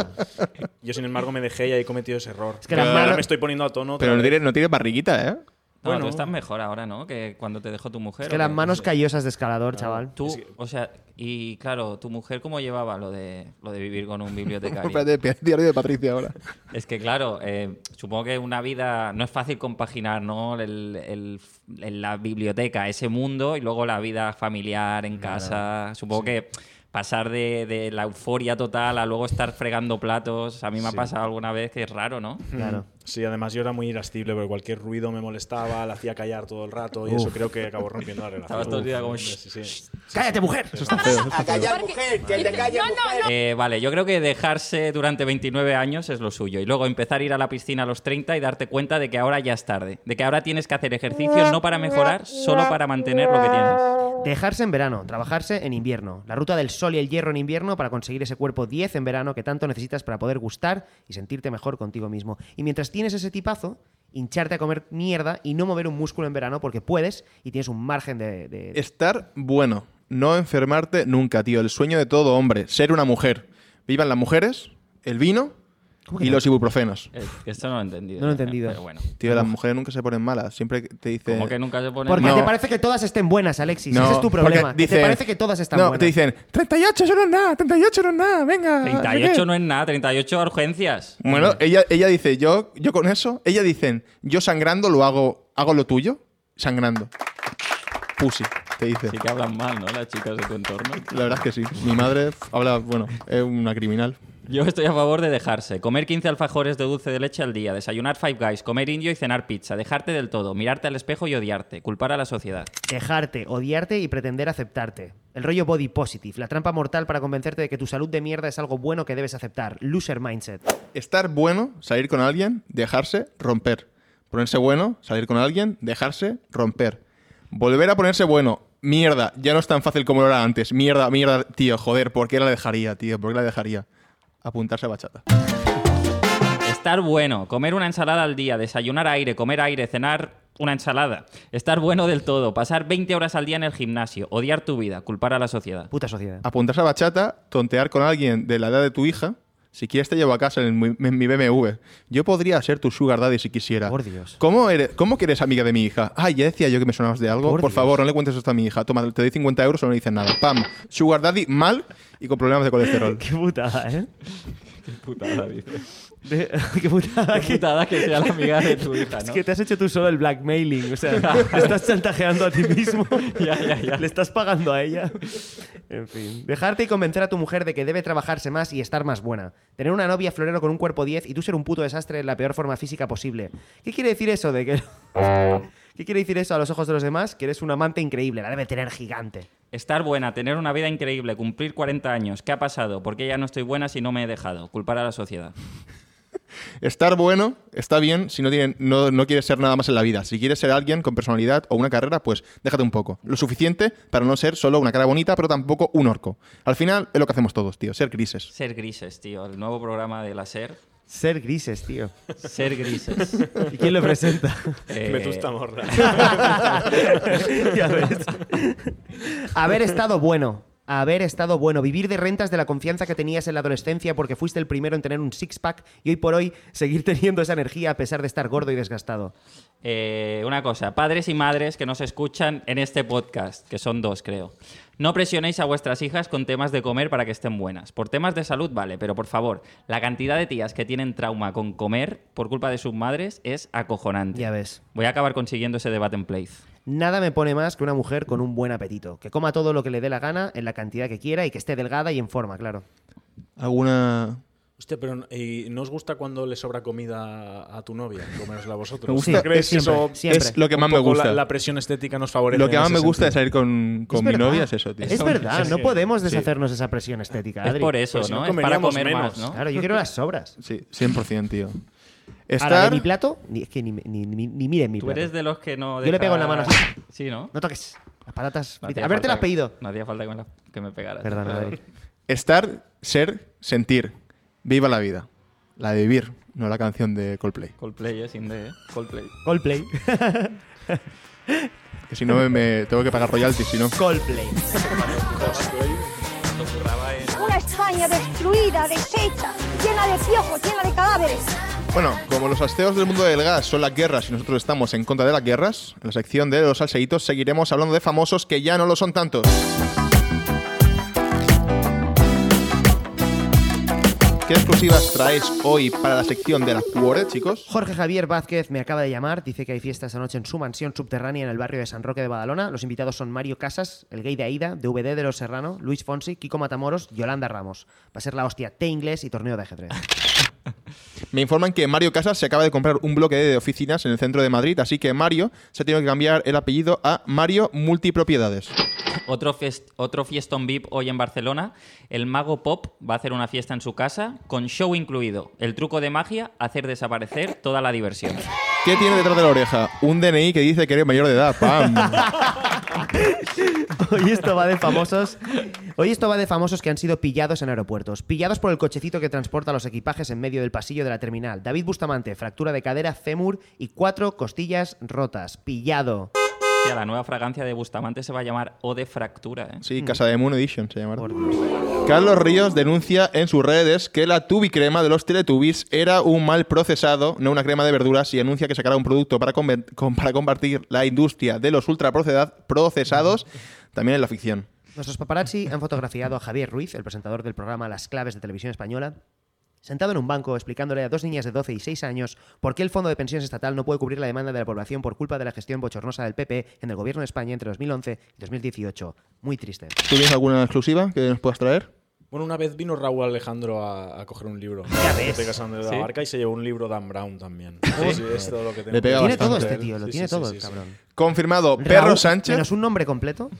[SPEAKER 7] yo, sin embargo, me dejé y ahí he cometido ese error.
[SPEAKER 1] Ah. Es que
[SPEAKER 7] Pero
[SPEAKER 1] las
[SPEAKER 7] ahora
[SPEAKER 1] manos-
[SPEAKER 7] me estoy poniendo a tono. otra
[SPEAKER 3] Pero no
[SPEAKER 7] vez.
[SPEAKER 3] tiene, no tiene barriguita, ¿eh?
[SPEAKER 2] No,
[SPEAKER 7] Bueno.
[SPEAKER 2] tú estás mejor ahora, ¿no? Que cuando te dejó tu mujer.
[SPEAKER 1] Es que
[SPEAKER 2] ¿o
[SPEAKER 1] las
[SPEAKER 2] qué?
[SPEAKER 1] manos callosas de escalador, chaval.
[SPEAKER 2] Tú, o sea, y claro, tu mujer cómo llevaba lo de lo de vivir
[SPEAKER 1] <laughs>
[SPEAKER 2] con un bibliotecario.
[SPEAKER 3] Espérate, <laughs> el diario de Patricia ahora.
[SPEAKER 2] es que claro, eh, supongo que una vida no es fácil compaginar, ¿no? El, el- el- la biblioteca, ese mundo y luego la vida familiar en casa. Supongo que pasar de, de la euforia total a luego estar fregando platos. A mí me
[SPEAKER 7] Sí.
[SPEAKER 2] ha pasado alguna vez que es raro, ¿no?
[SPEAKER 1] Claro.
[SPEAKER 7] Sí, además yo era muy irascible, pero cualquier ruido me molestaba, la hacía callar todo el rato y eso creo que acabó rompiendo la relación.
[SPEAKER 2] Estabas todo el día como,
[SPEAKER 7] Sí, sí, sí.
[SPEAKER 1] ¡Cállate, mujer!
[SPEAKER 2] Eh, vale, yo creo que dejarse durante 29 años es lo suyo. Y luego empezar a ir a la piscina a los 30 y darte cuenta de que ahora ya es tarde. De que ahora tienes que hacer ejercicios no para mejorar, solo para mantener lo que tienes.
[SPEAKER 1] Dejarse en verano, trabajarse en invierno. La ruta del sol y el hierro en invierno para conseguir ese cuerpo 10 en verano que tanto necesitas para poder gustar y sentirte mejor contigo mismo. Y mientras tienes ese tipazo, hincharte a comer mierda y no mover un músculo en verano porque puedes y tienes un margen de... de-
[SPEAKER 3] Estar bueno. No enfermarte nunca, tío. El sueño de todo hombre. Ser una mujer. Vivan las mujeres, el vino y los ibuprofenos.
[SPEAKER 2] Eh, que esto no lo he entendido.
[SPEAKER 1] No lo he
[SPEAKER 2] eh,
[SPEAKER 1] entendido.
[SPEAKER 2] Pero bueno.
[SPEAKER 3] Tío, las mujeres nunca se ponen malas. Siempre que te dicen...
[SPEAKER 2] Como que nunca se pone.
[SPEAKER 1] Porque
[SPEAKER 3] No.
[SPEAKER 1] te parece que todas estén buenas, Alexis. Ese es tu
[SPEAKER 3] porque
[SPEAKER 1] problema. que
[SPEAKER 3] dicen-
[SPEAKER 1] te parece que todas están
[SPEAKER 3] no,
[SPEAKER 1] buenas.
[SPEAKER 3] te dicen 38, eso no es nada, 38 no es nada, venga. no sé qué".
[SPEAKER 2] 38 no es nada, 38 urgencias.
[SPEAKER 3] Bueno, ella, ella dice, yo, yo con eso, ella dicen, yo sangrando lo hago, hago lo tuyo, sangrando. Pussy, te dice.
[SPEAKER 2] Sí que hablan mal, ¿no? Las chicas de tu entorno.
[SPEAKER 3] La verdad es que sí. Mi madre f- habla, bueno, es una criminal.
[SPEAKER 2] Yo estoy a favor de dejarse. Comer 15 alfajores de dulce de leche al día, desayunar Five Guys, comer indio y cenar pizza, dejarte del todo, mirarte al espejo y odiarte, culpar a la sociedad.
[SPEAKER 1] Dejarte, odiarte y pretender aceptarte. El rollo body positive, la trampa mortal para convencerte de que tu salud de mierda es algo bueno que debes aceptar. Loser mindset.
[SPEAKER 3] Estar bueno, salir con alguien, dejarse, romper. Ponerse bueno, salir con alguien, dejarse, romper. Volver a ponerse bueno. Mierda, ya no es tan fácil como lo era antes. Mierda, mierda, tío, joder, ¿por qué la dejaría, tío? ¿Por qué la dejaría? Apuntarse a bachata.
[SPEAKER 2] Estar bueno, comer una ensalada al día, desayunar aire, comer aire, cenar una ensalada. Estar bueno del todo, pasar 20 horas al día en el gimnasio, odiar tu vida, culpar a la sociedad.
[SPEAKER 1] Puta sociedad.
[SPEAKER 3] apuntarse a bachata, tontear con alguien de la edad de tu hija. Si quieres te llevo a casa en mi, en mi BMW. Yo podría ser tu sugar daddy si quisiera.
[SPEAKER 1] Por Dios.
[SPEAKER 3] ¿Cómo, eres, ¿Cómo que eres amiga de mi hija? Ay, ya decía yo que me sonabas de algo.
[SPEAKER 1] Por
[SPEAKER 3] Por,
[SPEAKER 1] Dios.
[SPEAKER 3] favor, no le cuentes esto a mi hija. Toma, te doy 50 euros o no le dices nada. Pam. Sugar daddy mal y con problemas
[SPEAKER 1] <laughs>
[SPEAKER 3] de colesterol.
[SPEAKER 1] Qué putada, ¿eh?
[SPEAKER 2] Putada, dice.
[SPEAKER 1] De- <laughs> qué putada.
[SPEAKER 2] Qué putada que sea la amiga de tu hija,
[SPEAKER 1] Es
[SPEAKER 2] ¿no?
[SPEAKER 1] que te has hecho tú solo el blackmailing, o
[SPEAKER 2] <laughs>
[SPEAKER 1] sea, te estás chantajeando a ti mismo.
[SPEAKER 2] Ya, ya, ya.
[SPEAKER 1] Le estás pagando a ella. En fin. Dejarte y convencer a tu mujer de que debe trabajarse más y estar más buena. Tener una novia florero con un cuerpo 10 y tú ser un puto desastre en la peor forma física posible. ¿Qué quiere decir eso de que.? <laughs> ¿Qué quiere decir eso a los ojos de los demás? Que eres un amante increíble, la debe tener gigante.
[SPEAKER 2] Estar buena, tener una vida increíble, cumplir 40 años. ¿Qué ha pasado? ¿Por qué ya no estoy buena si no me he dejado? Culpar a la sociedad.
[SPEAKER 3] Estar bueno está bien si no, tiene- no, no quieres ser nada más en la vida. Si quieres ser alguien con personalidad o una carrera, pues déjate un poco. Lo suficiente para no ser solo una cara bonita, pero tampoco un orco. Al final es lo que hacemos todos, tío, ser grises.
[SPEAKER 2] Ser grises, tío. El nuevo programa de la SER.
[SPEAKER 1] Ser grises, tío.
[SPEAKER 2] Ser grises.
[SPEAKER 1] ¿Y quién lo <laughs> presenta?
[SPEAKER 2] Eh,
[SPEAKER 7] Vetusta Morla.
[SPEAKER 3] <laughs>
[SPEAKER 1] <laughs> Ya ves. Haber estado bueno. Haber estado bueno. Vivir de rentas de la confianza que tenías en la adolescencia porque fuiste el primero en tener un six-pack y hoy por hoy seguir teniendo esa energía a pesar de estar gordo y desgastado.
[SPEAKER 2] Eh, una cosa, padres y madres que nos escuchan en este podcast, que son dos, creo. No presionéis a vuestras hijas con temas de comer para que estén buenas. Por temas de salud, vale, pero por favor, la cantidad de tías que tienen trauma con comer por culpa de sus madres es acojonante.
[SPEAKER 1] Ya ves.
[SPEAKER 2] Voy a acabar consiguiendo ese debate en place.
[SPEAKER 1] Nada me pone más que una mujer con un buen apetito, que coma todo lo que le dé la gana, en la cantidad que quiera y que esté delgada y en forma, claro.
[SPEAKER 3] alguna
[SPEAKER 7] Hostia, pero ¿y ¿no os gusta cuando le sobra comida a- a tu novia? Comerosla vosotros.
[SPEAKER 3] Me gusta-
[SPEAKER 7] ¿No ¿Crees que
[SPEAKER 1] siempre,
[SPEAKER 7] eso
[SPEAKER 1] siempre.
[SPEAKER 3] es lo que
[SPEAKER 7] un
[SPEAKER 3] más me
[SPEAKER 7] poco
[SPEAKER 3] gusta
[SPEAKER 7] La, la presión estética nos favorece.
[SPEAKER 3] lo que
[SPEAKER 7] en
[SPEAKER 3] más
[SPEAKER 7] ese
[SPEAKER 3] me gusta es
[SPEAKER 7] sentido?
[SPEAKER 3] salir con, con
[SPEAKER 1] Es
[SPEAKER 3] mi
[SPEAKER 1] verdad.
[SPEAKER 3] novia es eso tío
[SPEAKER 1] Es verdad,
[SPEAKER 7] es
[SPEAKER 1] no
[SPEAKER 7] que-
[SPEAKER 1] podemos
[SPEAKER 7] sí.
[SPEAKER 1] deshacernos de esa presión estética,
[SPEAKER 2] Es
[SPEAKER 1] Adri.
[SPEAKER 2] por eso,
[SPEAKER 7] Pues si
[SPEAKER 2] ¿no?
[SPEAKER 7] no
[SPEAKER 2] Es para
[SPEAKER 7] comeríamos
[SPEAKER 2] comer
[SPEAKER 7] menos.
[SPEAKER 2] más, ¿no?
[SPEAKER 1] Claro, yo quiero las sobras.
[SPEAKER 3] sí 100% tío
[SPEAKER 1] Ahora, de
[SPEAKER 3] estar
[SPEAKER 1] mi plato, ni, es que ni, ni, ni- ni miren mi
[SPEAKER 2] Tú
[SPEAKER 1] plato.
[SPEAKER 2] eres de los que no.
[SPEAKER 1] Yo le pego en la mano así.
[SPEAKER 2] Sí, ¿no?
[SPEAKER 1] No toques las patatas.
[SPEAKER 2] No
[SPEAKER 1] fritas.
[SPEAKER 2] hacía
[SPEAKER 1] a ver, te
[SPEAKER 2] falta
[SPEAKER 1] las has
[SPEAKER 2] que-
[SPEAKER 1] pedido.
[SPEAKER 2] No hacía falta que me, la- que me pegaras.
[SPEAKER 1] Perdón,
[SPEAKER 2] Pero-
[SPEAKER 1] Adri.
[SPEAKER 3] estar ser sentir viva la vida la de vivir no la canción de Coldplay
[SPEAKER 2] Coldplay es in the- Coldplay.
[SPEAKER 1] ¿eh? Coldplay.
[SPEAKER 3] que si no me, me tengo que pagar royalties si no
[SPEAKER 1] Coldplay.
[SPEAKER 9] Una España destruida, deshecha, llena de piojos, llena de cadáveres.
[SPEAKER 3] bueno como los asteos del mundo del gas son las guerras y nosotros estamos en contra de las guerras en la sección de los salseitos seguiremos hablando de famosos que ya no lo son tantos ¿Qué exclusivas traéis hoy para la sección de la Cuore, chicos?
[SPEAKER 1] <laughs> Jorge Javier Vázquez me acaba de llamar, dice que hay fiesta esta noche en su mansión subterránea en el barrio de San Roque de Badalona. Los invitados son Mario Casas, el gay de Aida, DVD de Los Serrano, Luis Fonsi, Kiko Matamoros, Yolanda Ramos. Va a ser la hostia té inglés y torneo de ajedrez.
[SPEAKER 3] Me informan que Mario Casas se acaba de comprar un bloque de oficinas en el centro de Madrid, así que Mario se ha tenido que cambiar el apellido a Mario Multipropiedades.
[SPEAKER 2] Otro, fiest- otro fiestón VIP hoy en Barcelona. El mago Pop va a hacer una fiesta en su casa con show incluido. El truco de magia, hacer desaparecer toda la diversión.
[SPEAKER 3] ¿Qué tiene detrás de la oreja? Un DNI que dice que eres mayor de edad. ¡Pam!
[SPEAKER 1] <laughs> Hoy esto va de famosos. Hoy esto va de famosos que han sido pillados en aeropuertos. Pillados por el cochecito que transporta los equipajes en medio del pasillo de la terminal. David Bustamante, fractura de cadera, fémur y cuatro costillas rotas. Pillado.
[SPEAKER 2] Hostia, la nueva fragancia de Bustamante se va a llamar O de Fractura. ¿eh?
[SPEAKER 3] Sí, Casa de Moon Edition se llama.
[SPEAKER 1] Por Dios.
[SPEAKER 3] Carlos Ríos denuncia en sus redes que la tubicrema de los Teletubbies era un mal procesado, no una crema de verduras, y anuncia que sacará un producto para, conven- con- para combatir la industria de los ultraprocesados también en la ficción.
[SPEAKER 1] Nuestros paparazzi han fotografiado a Javier Ruiz, el presentador del programa Las Claves de Televisión Española, sentado en un banco explicándole a dos niñas de 12 y 6 años por qué el Fondo de Pensiones Estatal no puede cubrir la demanda de la población por culpa de la gestión bochornosa del PP en el Gobierno de España entre 2011 y 2018. Muy triste.
[SPEAKER 3] ¿Tú tienes alguna exclusiva que nos puedas traer?
[SPEAKER 7] Bueno, una vez vino Raúl Alejandro a, a coger un libro.
[SPEAKER 1] Ya ves.
[SPEAKER 7] De Casa de la
[SPEAKER 2] Sí.
[SPEAKER 7] Barca y se llevó un libro Dan Brown también. Sí, es todo lo que tengo.
[SPEAKER 3] Le pega
[SPEAKER 1] tiene todo
[SPEAKER 3] bastante.
[SPEAKER 1] este tío, lo
[SPEAKER 7] Sí,
[SPEAKER 1] tiene
[SPEAKER 7] sí,
[SPEAKER 1] todo
[SPEAKER 7] sí,
[SPEAKER 1] el
[SPEAKER 7] sí.
[SPEAKER 1] cabrón.
[SPEAKER 3] Confirmado, Perro
[SPEAKER 1] Raúl,
[SPEAKER 3] Sánchez.
[SPEAKER 1] ¿Menos un eh. nombre completo?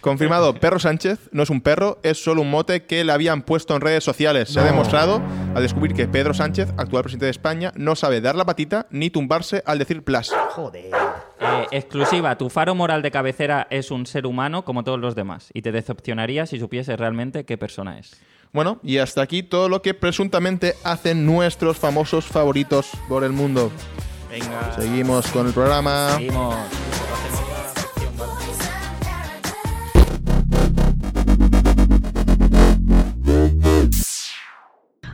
[SPEAKER 3] Confirmado, Perro Sánchez no es un perro, es solo un mote que le habían puesto en redes sociales. Se ha demostrado al descubrir que Pedro Sánchez, actual presidente de España, no sabe dar la patita ni tumbarse al decir plas.
[SPEAKER 1] Joder.
[SPEAKER 2] Eh, exclusiva, tu faro moral de cabecera es un ser humano como todos los demás y te decepcionaría si supieses realmente qué persona es.
[SPEAKER 3] Bueno, y hasta aquí todo lo que presuntamente hacen nuestros famosos favoritos por el mundo. Venga. Seguimos con el programa.
[SPEAKER 2] Seguimos.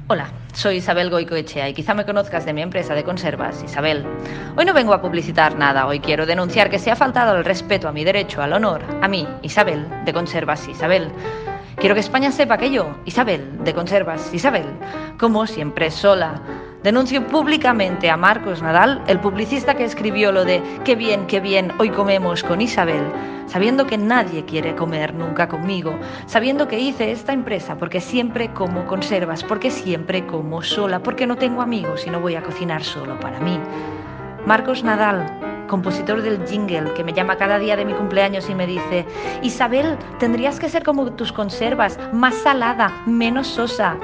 [SPEAKER 4] Hola, soy Isabel Goicoechea y quizá me conozcas de mi empresa de conservas, Isabel. Hoy no vengo a publicitar nada, hoy quiero denunciar que se ha faltado al respeto a mi derecho al honor, a mí, Isabel, de conservas, Isabel. Quiero que España sepa que yo, Isabel, de conservas, Isabel, como siempre sola, denuncio públicamente a Marcos Nadal, el publicista que escribió lo de qué bien, qué bien, hoy comemos con Isabel, sabiendo que nadie quiere comer nunca conmigo, sabiendo que hice esta empresa porque siempre como conservas, porque siempre como sola, porque no tengo amigos y no voy a cocinar solo para mí. Marcos Nadal, compositor del jingle, que me llama cada día de mi cumpleaños y me dice, Isabel, tendrías que ser como tus conservas, más salada, menos sosa.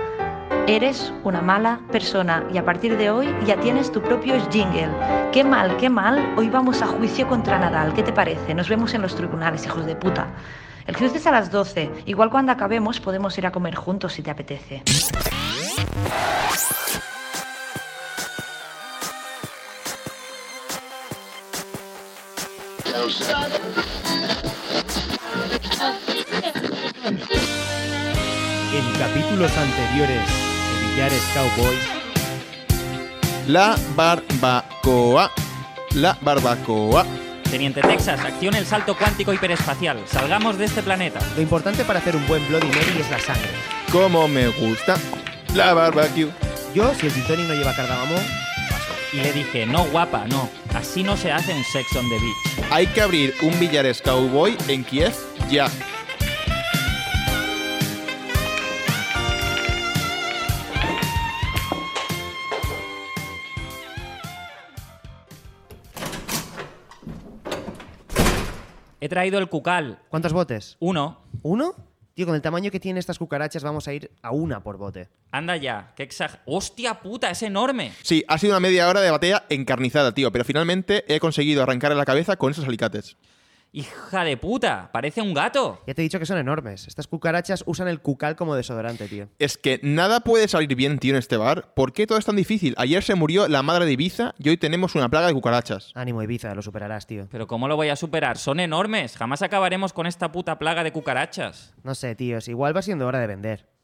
[SPEAKER 4] Eres una mala persona y a partir de hoy ya tienes tu propio jingle. Qué mal, qué mal. Hoy vamos a juicio contra Nadal. ¿Qué te parece? Nos vemos en los tribunales, hijos de puta. El juicio es a las 12. Igual cuando acabemos podemos ir a comer juntos si te apetece.
[SPEAKER 1] En capítulos anteriores de Villares Cowboy.
[SPEAKER 3] La barbacoa. La barbacoa.
[SPEAKER 2] Teniente Texas, acciona el salto cuántico hiperespacial. Salgamos de este planeta.
[SPEAKER 1] Lo importante para hacer un buen Bloody Mary es la sangre.
[SPEAKER 3] Como me gusta. La barbecue.
[SPEAKER 1] Yo, si el Tintoni no lleva cardamomo,
[SPEAKER 2] Y le dije, no guapa, no. Así no se hace en Sex on the Beach.
[SPEAKER 3] Hay que abrir un Villares Cowboy en Kiev ya.
[SPEAKER 2] He traído el cucal.
[SPEAKER 1] ¿cuántos botes?
[SPEAKER 2] Uno.
[SPEAKER 1] ¿Uno? Tío, con el tamaño que tienen estas cucarachas vamos a ir a una por bote.
[SPEAKER 2] Anda ya, qué exag... ¡Hostia puta, es enorme!
[SPEAKER 3] Sí, ha sido una media hora de batalla encarnizada, tío, pero finalmente he conseguido arrancarle la cabeza con esos alicates.
[SPEAKER 2] ¡Hija de puta! ¡Parece un gato!
[SPEAKER 1] Ya te he dicho que son enormes. Estas cucarachas usan el cucal como desodorante, tío.
[SPEAKER 3] Es que nada puede salir bien, tío, en este bar. ¿Por qué todo es tan difícil? Ayer se murió la madre de Ibiza y hoy tenemos una plaga de cucarachas.
[SPEAKER 1] Ánimo, Ibiza, lo superarás, tío.
[SPEAKER 2] Pero ¿cómo lo voy a superar? Son enormes. Jamás acabaremos con esta puta plaga de cucarachas.
[SPEAKER 1] No sé, tíos, igual va siendo hora de vender.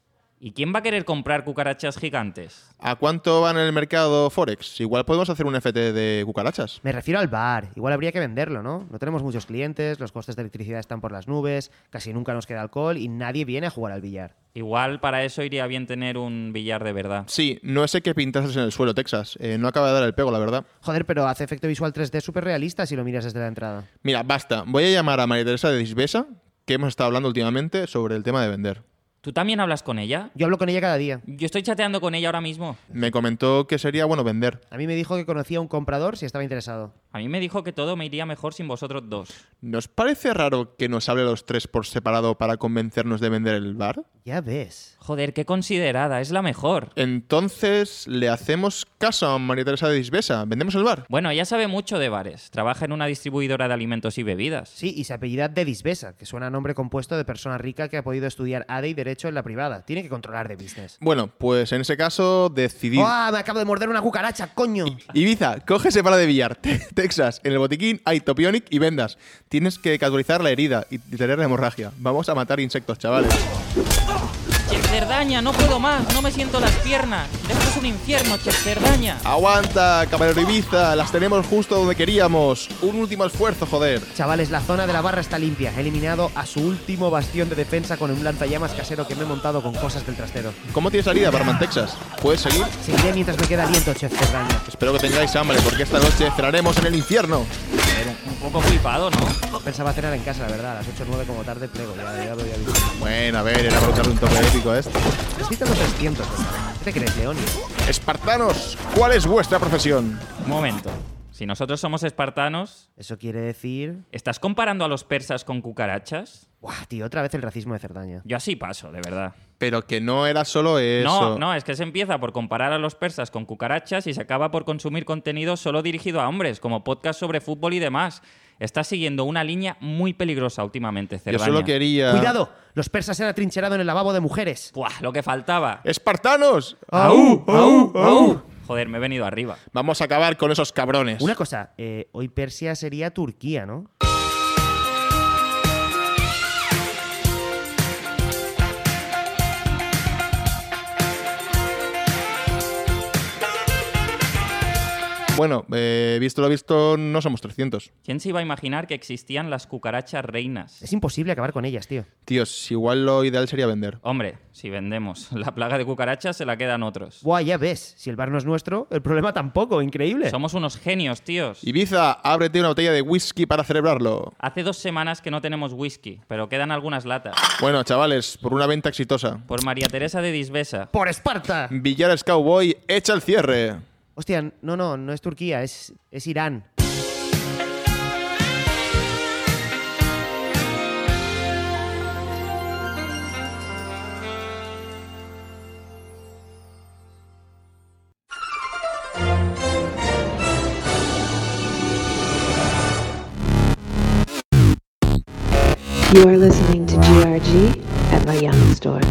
[SPEAKER 2] ¿Y quién va a querer comprar cucarachas gigantes?
[SPEAKER 3] ¿A cuánto van en el mercado Forex? Igual podemos hacer un FT de cucarachas.
[SPEAKER 1] Me refiero al bar. Igual habría que venderlo, ¿no? No tenemos muchos clientes, los costes de electricidad están por las nubes, casi nunca nos queda alcohol y nadie viene a jugar al billar.
[SPEAKER 2] Igual para eso iría bien tener un billar de verdad.
[SPEAKER 3] Sí, no sé qué pintases en el suelo, Texas. Eh, no acaba de dar el pego, la verdad.
[SPEAKER 1] Joder, pero hace efecto visual 3D súper realista si lo miras desde la entrada.
[SPEAKER 3] Mira, basta. Voy a llamar a María Teresa de Disbesa, que hemos estado hablando últimamente sobre el tema de vender.
[SPEAKER 2] ¿Tú también hablas con ella?
[SPEAKER 1] Yo hablo con ella cada día.
[SPEAKER 2] Yo estoy chateando con ella ahora mismo.
[SPEAKER 3] Me comentó que sería bueno vender.
[SPEAKER 1] A mí me dijo que conocía a un comprador si estaba interesado.
[SPEAKER 2] A mí me dijo que todo me iría mejor sin vosotros dos.
[SPEAKER 3] ¿Nos parece raro que nos hable a los tres por separado para convencernos de vender el bar?
[SPEAKER 1] Ya ves.
[SPEAKER 2] Joder, qué considerada, es la mejor.
[SPEAKER 3] Entonces, ¿le hacemos caso a María Teresa de Disbesa? ¿Vendemos el bar?
[SPEAKER 2] Bueno, ella sabe mucho de bares. Trabaja en una distribuidora de alimentos y bebidas.
[SPEAKER 1] Sí, y se apellida de Disbesa, que suena a nombre compuesto de persona rica que ha podido estudiar ADE y Derecho en la privada. Tiene que controlar de business.
[SPEAKER 3] Bueno, pues en ese caso, decidid.
[SPEAKER 1] ¡Ah! me acabo de morder una cucaracha, coño.
[SPEAKER 3] Ibiza, coge ese palo de billar. Te- <laughs> Texas, en el botiquín hay topionic y vendas. Tienes que casualizar la herida y tener la hemorragia. Vamos a matar insectos, chavales.
[SPEAKER 2] Chef Cerdaña, no puedo más, no me siento las piernas. Esto es un infierno, Chef Cerdaña.
[SPEAKER 3] Aguanta, caballero Ibiza, las tenemos justo donde queríamos. Un último esfuerzo, joder.
[SPEAKER 1] Chavales, la zona de la barra está limpia. He eliminado a su último bastión de defensa con un lanzallamas casero que me he montado con cosas del trastero.
[SPEAKER 3] ¿Cómo tienes la herida, Barman Texas? ¿Puedes seguir?
[SPEAKER 1] Seguiré mientras me queda aliento, Chef Cerdaña.
[SPEAKER 3] Espero que tengáis hambre, porque esta noche cenaremos en el infierno.
[SPEAKER 2] Un poco flipado, ¿no?
[SPEAKER 1] Pensaba cenar en casa, la verdad. A las 8 o 9 como tarde plego. Ya, ya lo había visto.
[SPEAKER 3] Bueno, a ver, era para darle un toque épico a esto.
[SPEAKER 1] Necesito los 300. por favor. ¿Qué te crees, Leoni?
[SPEAKER 3] Espartanos, ¿cuál es vuestra profesión?
[SPEAKER 2] Un momento. Si nosotros somos espartanos,
[SPEAKER 1] Eso quiere decir...
[SPEAKER 2] ¿estás comparando a los persas con cucarachas?
[SPEAKER 1] Buah, tío, otra vez el racismo de Cerdaña.
[SPEAKER 2] Yo así paso, de verdad.
[SPEAKER 3] Pero que no era solo eso.
[SPEAKER 2] No, no, es que se empieza por comparar a los persas con cucarachas y se acaba por consumir contenido solo dirigido a hombres, como podcast sobre fútbol y demás. Está siguiendo una línea muy peligrosa últimamente,
[SPEAKER 3] Yo
[SPEAKER 2] Cerdaña.
[SPEAKER 3] solo quería...
[SPEAKER 1] ¡Cuidado! Los persas se han atrincherado en el lavabo de mujeres.
[SPEAKER 2] Buah, lo que faltaba.
[SPEAKER 3] ¡Espartanos!
[SPEAKER 1] Ah.
[SPEAKER 3] ¡Au! ¡Au! ¡Au!
[SPEAKER 2] Joder, me he venido arriba.
[SPEAKER 3] Vamos a acabar con esos cabrones.
[SPEAKER 1] Una cosa, eh, hoy Persia sería Turquía, ¿no?
[SPEAKER 3] Bueno, eh, visto lo visto, no somos 300.
[SPEAKER 2] ¿Quién se iba a imaginar que existían las cucarachas reinas?
[SPEAKER 1] Es imposible acabar con ellas, tío.
[SPEAKER 3] Tíos, igual lo ideal sería vender.
[SPEAKER 2] Hombre, si vendemos <laughs> la plaga de cucarachas, se la quedan otros.
[SPEAKER 1] Buah, ya ves. Si el bar no es nuestro, el problema tampoco. Increíble.
[SPEAKER 2] Somos unos genios, tíos.
[SPEAKER 3] Ibiza, ábrete una botella de whisky para celebrarlo.
[SPEAKER 2] Hace dos semanas que no tenemos whisky, pero quedan algunas latas.
[SPEAKER 3] Bueno, chavales, por una venta exitosa.
[SPEAKER 2] Por María Teresa de Disbesa.
[SPEAKER 1] ¡Por Esparta!
[SPEAKER 3] Villares Cowboy, echa el cierre.
[SPEAKER 1] Hostia, no, no, no es Turquía, es, es Irán.
[SPEAKER 10] You are listening to GRG at my young store.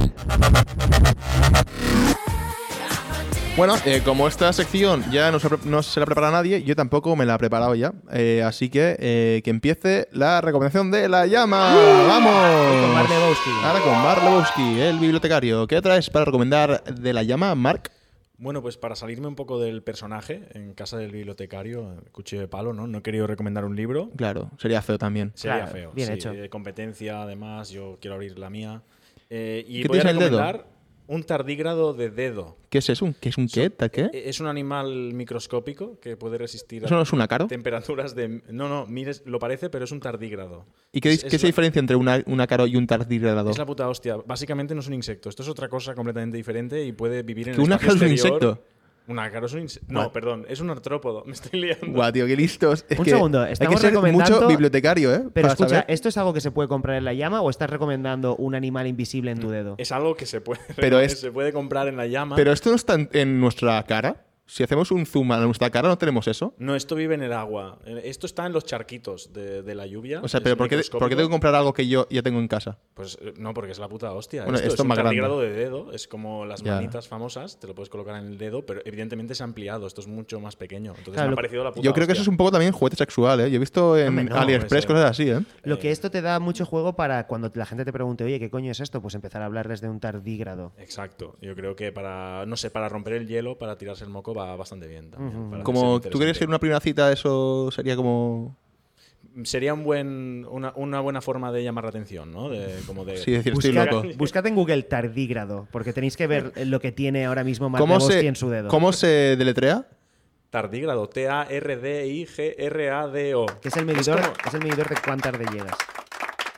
[SPEAKER 3] Bueno, eh, como esta sección ya no se, no se la prepara nadie, yo tampoco me la he preparado ya. Eh, así que eh, que empiece la recomendación de la llama. ¡Vamos!
[SPEAKER 1] Con Mark Lebowski.
[SPEAKER 3] Ahora con Mark Lebowski, el bibliotecario. ¿Qué traes para recomendar de la llama, Mark?
[SPEAKER 7] Bueno, pues para salirme un poco del personaje, en casa del bibliotecario, el cuchillo de palo, ¿no? No he querido recomendar un libro.
[SPEAKER 3] Claro, sería feo también.
[SPEAKER 7] Sería
[SPEAKER 1] Claro,
[SPEAKER 7] feo.
[SPEAKER 1] bien
[SPEAKER 7] sí,
[SPEAKER 1] hecho.
[SPEAKER 7] de competencia, además, yo quiero abrir la mía. Eh, y
[SPEAKER 3] ¿Qué
[SPEAKER 7] voy a
[SPEAKER 3] tienes en el dedo?
[SPEAKER 7] recomendar un tardígrado de dedo.
[SPEAKER 3] ¿Qué es eso? ¿Qué es un qué? ¿Qué?
[SPEAKER 7] Eh, Es un animal microscópico que puede resistir
[SPEAKER 3] ¿Eso no es una caro?
[SPEAKER 7] temperaturas de... No, no, mires, lo parece, pero es un tardígrado.
[SPEAKER 3] ¿Y qué,
[SPEAKER 7] Es-
[SPEAKER 3] qué
[SPEAKER 7] es
[SPEAKER 3] se
[SPEAKER 7] la-
[SPEAKER 3] diferencia entre una, una caro y un tardígrado?
[SPEAKER 7] Es la puta hostia. Básicamente no es un insecto. Esto es otra cosa completamente diferente y puede vivir en
[SPEAKER 3] ¿Que
[SPEAKER 7] el
[SPEAKER 3] un
[SPEAKER 7] espacio
[SPEAKER 3] ácaro es un
[SPEAKER 7] exterior.
[SPEAKER 3] insecto?
[SPEAKER 7] Un ácaro es un insecto. No,
[SPEAKER 3] Guau.
[SPEAKER 7] perdón, es un artrópodo. <laughs> Me estoy liando.
[SPEAKER 3] Guau, tío, qué listos. Es
[SPEAKER 1] Un
[SPEAKER 3] que
[SPEAKER 1] segundo,
[SPEAKER 3] hay
[SPEAKER 1] estamos
[SPEAKER 3] que ser
[SPEAKER 1] recomendando-
[SPEAKER 3] mucho bibliotecario, ¿eh?
[SPEAKER 1] Pero
[SPEAKER 3] Para
[SPEAKER 1] escucha,
[SPEAKER 3] saber.
[SPEAKER 1] ¿esto es algo que se puede comprar en la llama o estás recomendando un animal invisible en tu dedo?
[SPEAKER 7] Es algo <laughs> que se puede,
[SPEAKER 3] Pero es-
[SPEAKER 7] se puede comprar en la llama.
[SPEAKER 3] Pero esto no está en, en nuestra cara. O Si hacemos un zoom a nuestra cara, ¿no tenemos eso?
[SPEAKER 7] No, esto vive en el agua. Eh, Esto está en los charquitos de, de la lluvia.
[SPEAKER 3] O sea,
[SPEAKER 7] es
[SPEAKER 3] pero ¿por qué, por qué
[SPEAKER 7] microscópico.
[SPEAKER 3] tengo que comprar algo que yo ya tengo en casa?
[SPEAKER 7] Pues eh, no, porque es la puta hostia.
[SPEAKER 3] Bueno,
[SPEAKER 7] esto,
[SPEAKER 3] esto es
[SPEAKER 7] es un
[SPEAKER 3] más grande.
[SPEAKER 7] tardigrado de dedo, es como las
[SPEAKER 3] Ya.
[SPEAKER 7] manitas famosas, te lo puedes colocar en el dedo, pero evidentemente se ha ampliado, esto es mucho más pequeño. Entonces
[SPEAKER 1] Claro,
[SPEAKER 7] me
[SPEAKER 1] lo-
[SPEAKER 7] ha parecido la puta
[SPEAKER 3] Yo creo que eso es un poco también juguete sexual, ¿eh? Yo he visto en
[SPEAKER 1] Hombre, no,
[SPEAKER 3] AliExpress
[SPEAKER 7] ese-
[SPEAKER 3] cosas así, ¿eh?
[SPEAKER 1] Lo que esto te da mucho juego para cuando la gente te pregunte, oye, ¿qué coño es esto? Pues empezar a hablarles de un tardígrado.
[SPEAKER 7] Exacto, yo creo que para, no sé, para romper el hielo, para tirarse el moco va bastante bien también.
[SPEAKER 1] Ujú.
[SPEAKER 7] para
[SPEAKER 3] Como
[SPEAKER 7] ser
[SPEAKER 3] tú crees que en una primera cita eso sería como...
[SPEAKER 7] interesante. Sería un buen, una, una buena forma de llamar la atención, ¿no? De, como de,
[SPEAKER 3] Sí, decir, estoy
[SPEAKER 1] Buscad,
[SPEAKER 3] loco.
[SPEAKER 1] buscad en Google tardígrado, porque tenéis que ver lo que tiene ahora mismo Mark
[SPEAKER 3] ¿Cómo
[SPEAKER 1] Lebowski
[SPEAKER 3] se,
[SPEAKER 1] en su dedo.
[SPEAKER 3] ¿Cómo se deletrea?
[SPEAKER 7] Tardígrado, T-A-R-D-I-G-R-A-D-O.
[SPEAKER 1] Que es el medidor,
[SPEAKER 7] como-
[SPEAKER 1] es el medidor de cuán tarde llegas.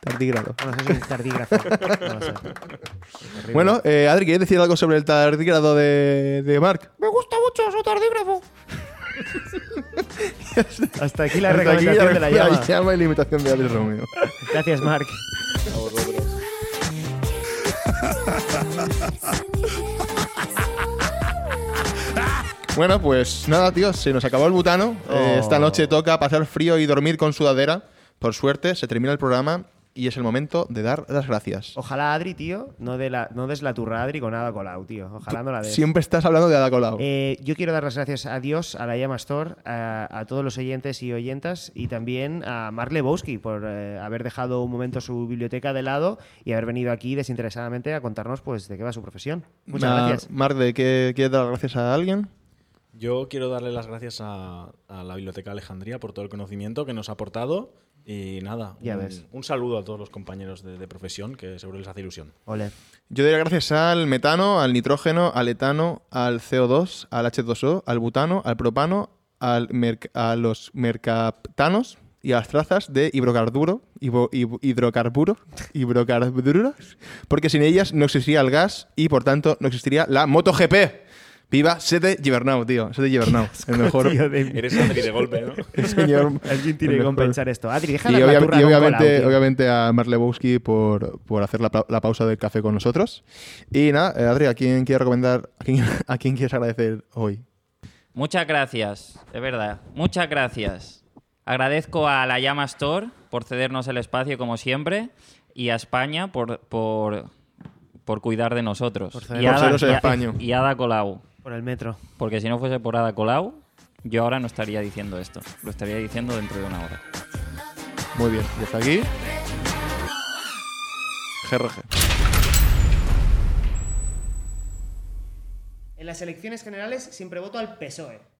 [SPEAKER 3] Tardígrado.
[SPEAKER 1] Bueno, eso es un
[SPEAKER 3] <laughs>
[SPEAKER 1] tardígrafo. No lo sé. Horrible.
[SPEAKER 3] Bueno, eh, Adri, ¿quieres decir algo sobre el tardígrado de, de Mark?
[SPEAKER 11] Me gusta mucho, soy tardígrafo.
[SPEAKER 1] hasta aquí la
[SPEAKER 3] Hasta aquí
[SPEAKER 1] recomendación
[SPEAKER 3] <laughs>
[SPEAKER 1] de la llama.
[SPEAKER 3] y la imitación de Adri Romeo.
[SPEAKER 1] Gracias, Mark.
[SPEAKER 3] Bueno, pues nada, tío, se nos acabó el butano. Eh,
[SPEAKER 1] Oh.
[SPEAKER 3] esta noche toca pasar frío y dormir con sudadera. Por suerte, se termina el programa y es el momento de dar las gracias.
[SPEAKER 1] Ojalá Adri, tío, no, de la, no des la turra a Adri con nada colado, tío. Ojalá no la des.
[SPEAKER 3] Siempre estás hablando de Ada Colau.
[SPEAKER 1] Eh, yo quiero dar las gracias a Dios, a la Llama Store, a, a todos los oyentes y oyentas y también a Mark Lebowski por eh, haber dejado un momento su biblioteca de lado y haber venido aquí desinteresadamente a contarnos pues de qué va su profesión. Muchas
[SPEAKER 3] Ma-
[SPEAKER 1] gracias.
[SPEAKER 3] Marc, ¿de qué quieres dar las gracias a alguien?
[SPEAKER 7] Yo quiero darle las gracias a, a la Biblioteca Alejandría por todo el conocimiento que nos ha aportado. Y nada,
[SPEAKER 1] Ya
[SPEAKER 7] un,
[SPEAKER 1] ves.
[SPEAKER 7] un saludo a todos los compañeros de, de profesión, que seguro les hace ilusión.
[SPEAKER 1] Ole.
[SPEAKER 3] Yo doy las gracias al metano, al nitrógeno, al etano, al CO2, al H2O, al butano, al propano, al merc- a los mercaptanos y a las trazas de hidrocarburo, hibo- hib- hidrocarburo, <laughs> hidrocarburos, porque sin ellas no existiría el gas y por tanto no existiría la MotoGP. Viva Sete Gibernau, tío. Sete Gibernau. El mejor.
[SPEAKER 1] Tío de-
[SPEAKER 7] Eres Andri de golpe, ¿no?
[SPEAKER 3] <laughs> el señor.
[SPEAKER 1] Alguien <laughs> tiene
[SPEAKER 3] el
[SPEAKER 1] que
[SPEAKER 3] mejor.
[SPEAKER 1] compensar esto. Adri, deja
[SPEAKER 3] Y,
[SPEAKER 1] dar la
[SPEAKER 3] obvia-
[SPEAKER 1] turra
[SPEAKER 3] y
[SPEAKER 1] con
[SPEAKER 3] obviamente,
[SPEAKER 1] Colau, tío.
[SPEAKER 3] obviamente a Marlebowski por, por hacer la, pa- la pausa del café con nosotros. Y nada, eh, Adri, ¿a quién quieres recomendar? ¿A quién, a quién quieres agradecer hoy?
[SPEAKER 2] Muchas gracias, de verdad. Muchas gracias. Agradezco a la Llama Store por cedernos el espacio como siempre y a España por, por, por cuidar de nosotros.
[SPEAKER 1] Por ceder-
[SPEAKER 2] y,
[SPEAKER 1] Por
[SPEAKER 2] Ada-
[SPEAKER 3] seros el
[SPEAKER 2] y a-
[SPEAKER 3] España.
[SPEAKER 2] <laughs> y a Ada Colau.
[SPEAKER 1] Por el metro.
[SPEAKER 2] Porque si no fuese por Ada Colau, yo ahora no estaría diciendo esto. Lo estaría diciendo dentro de una hora.
[SPEAKER 3] Muy bien, y hasta aquí. GRG.
[SPEAKER 1] En las elecciones generales siempre voto al PSOE.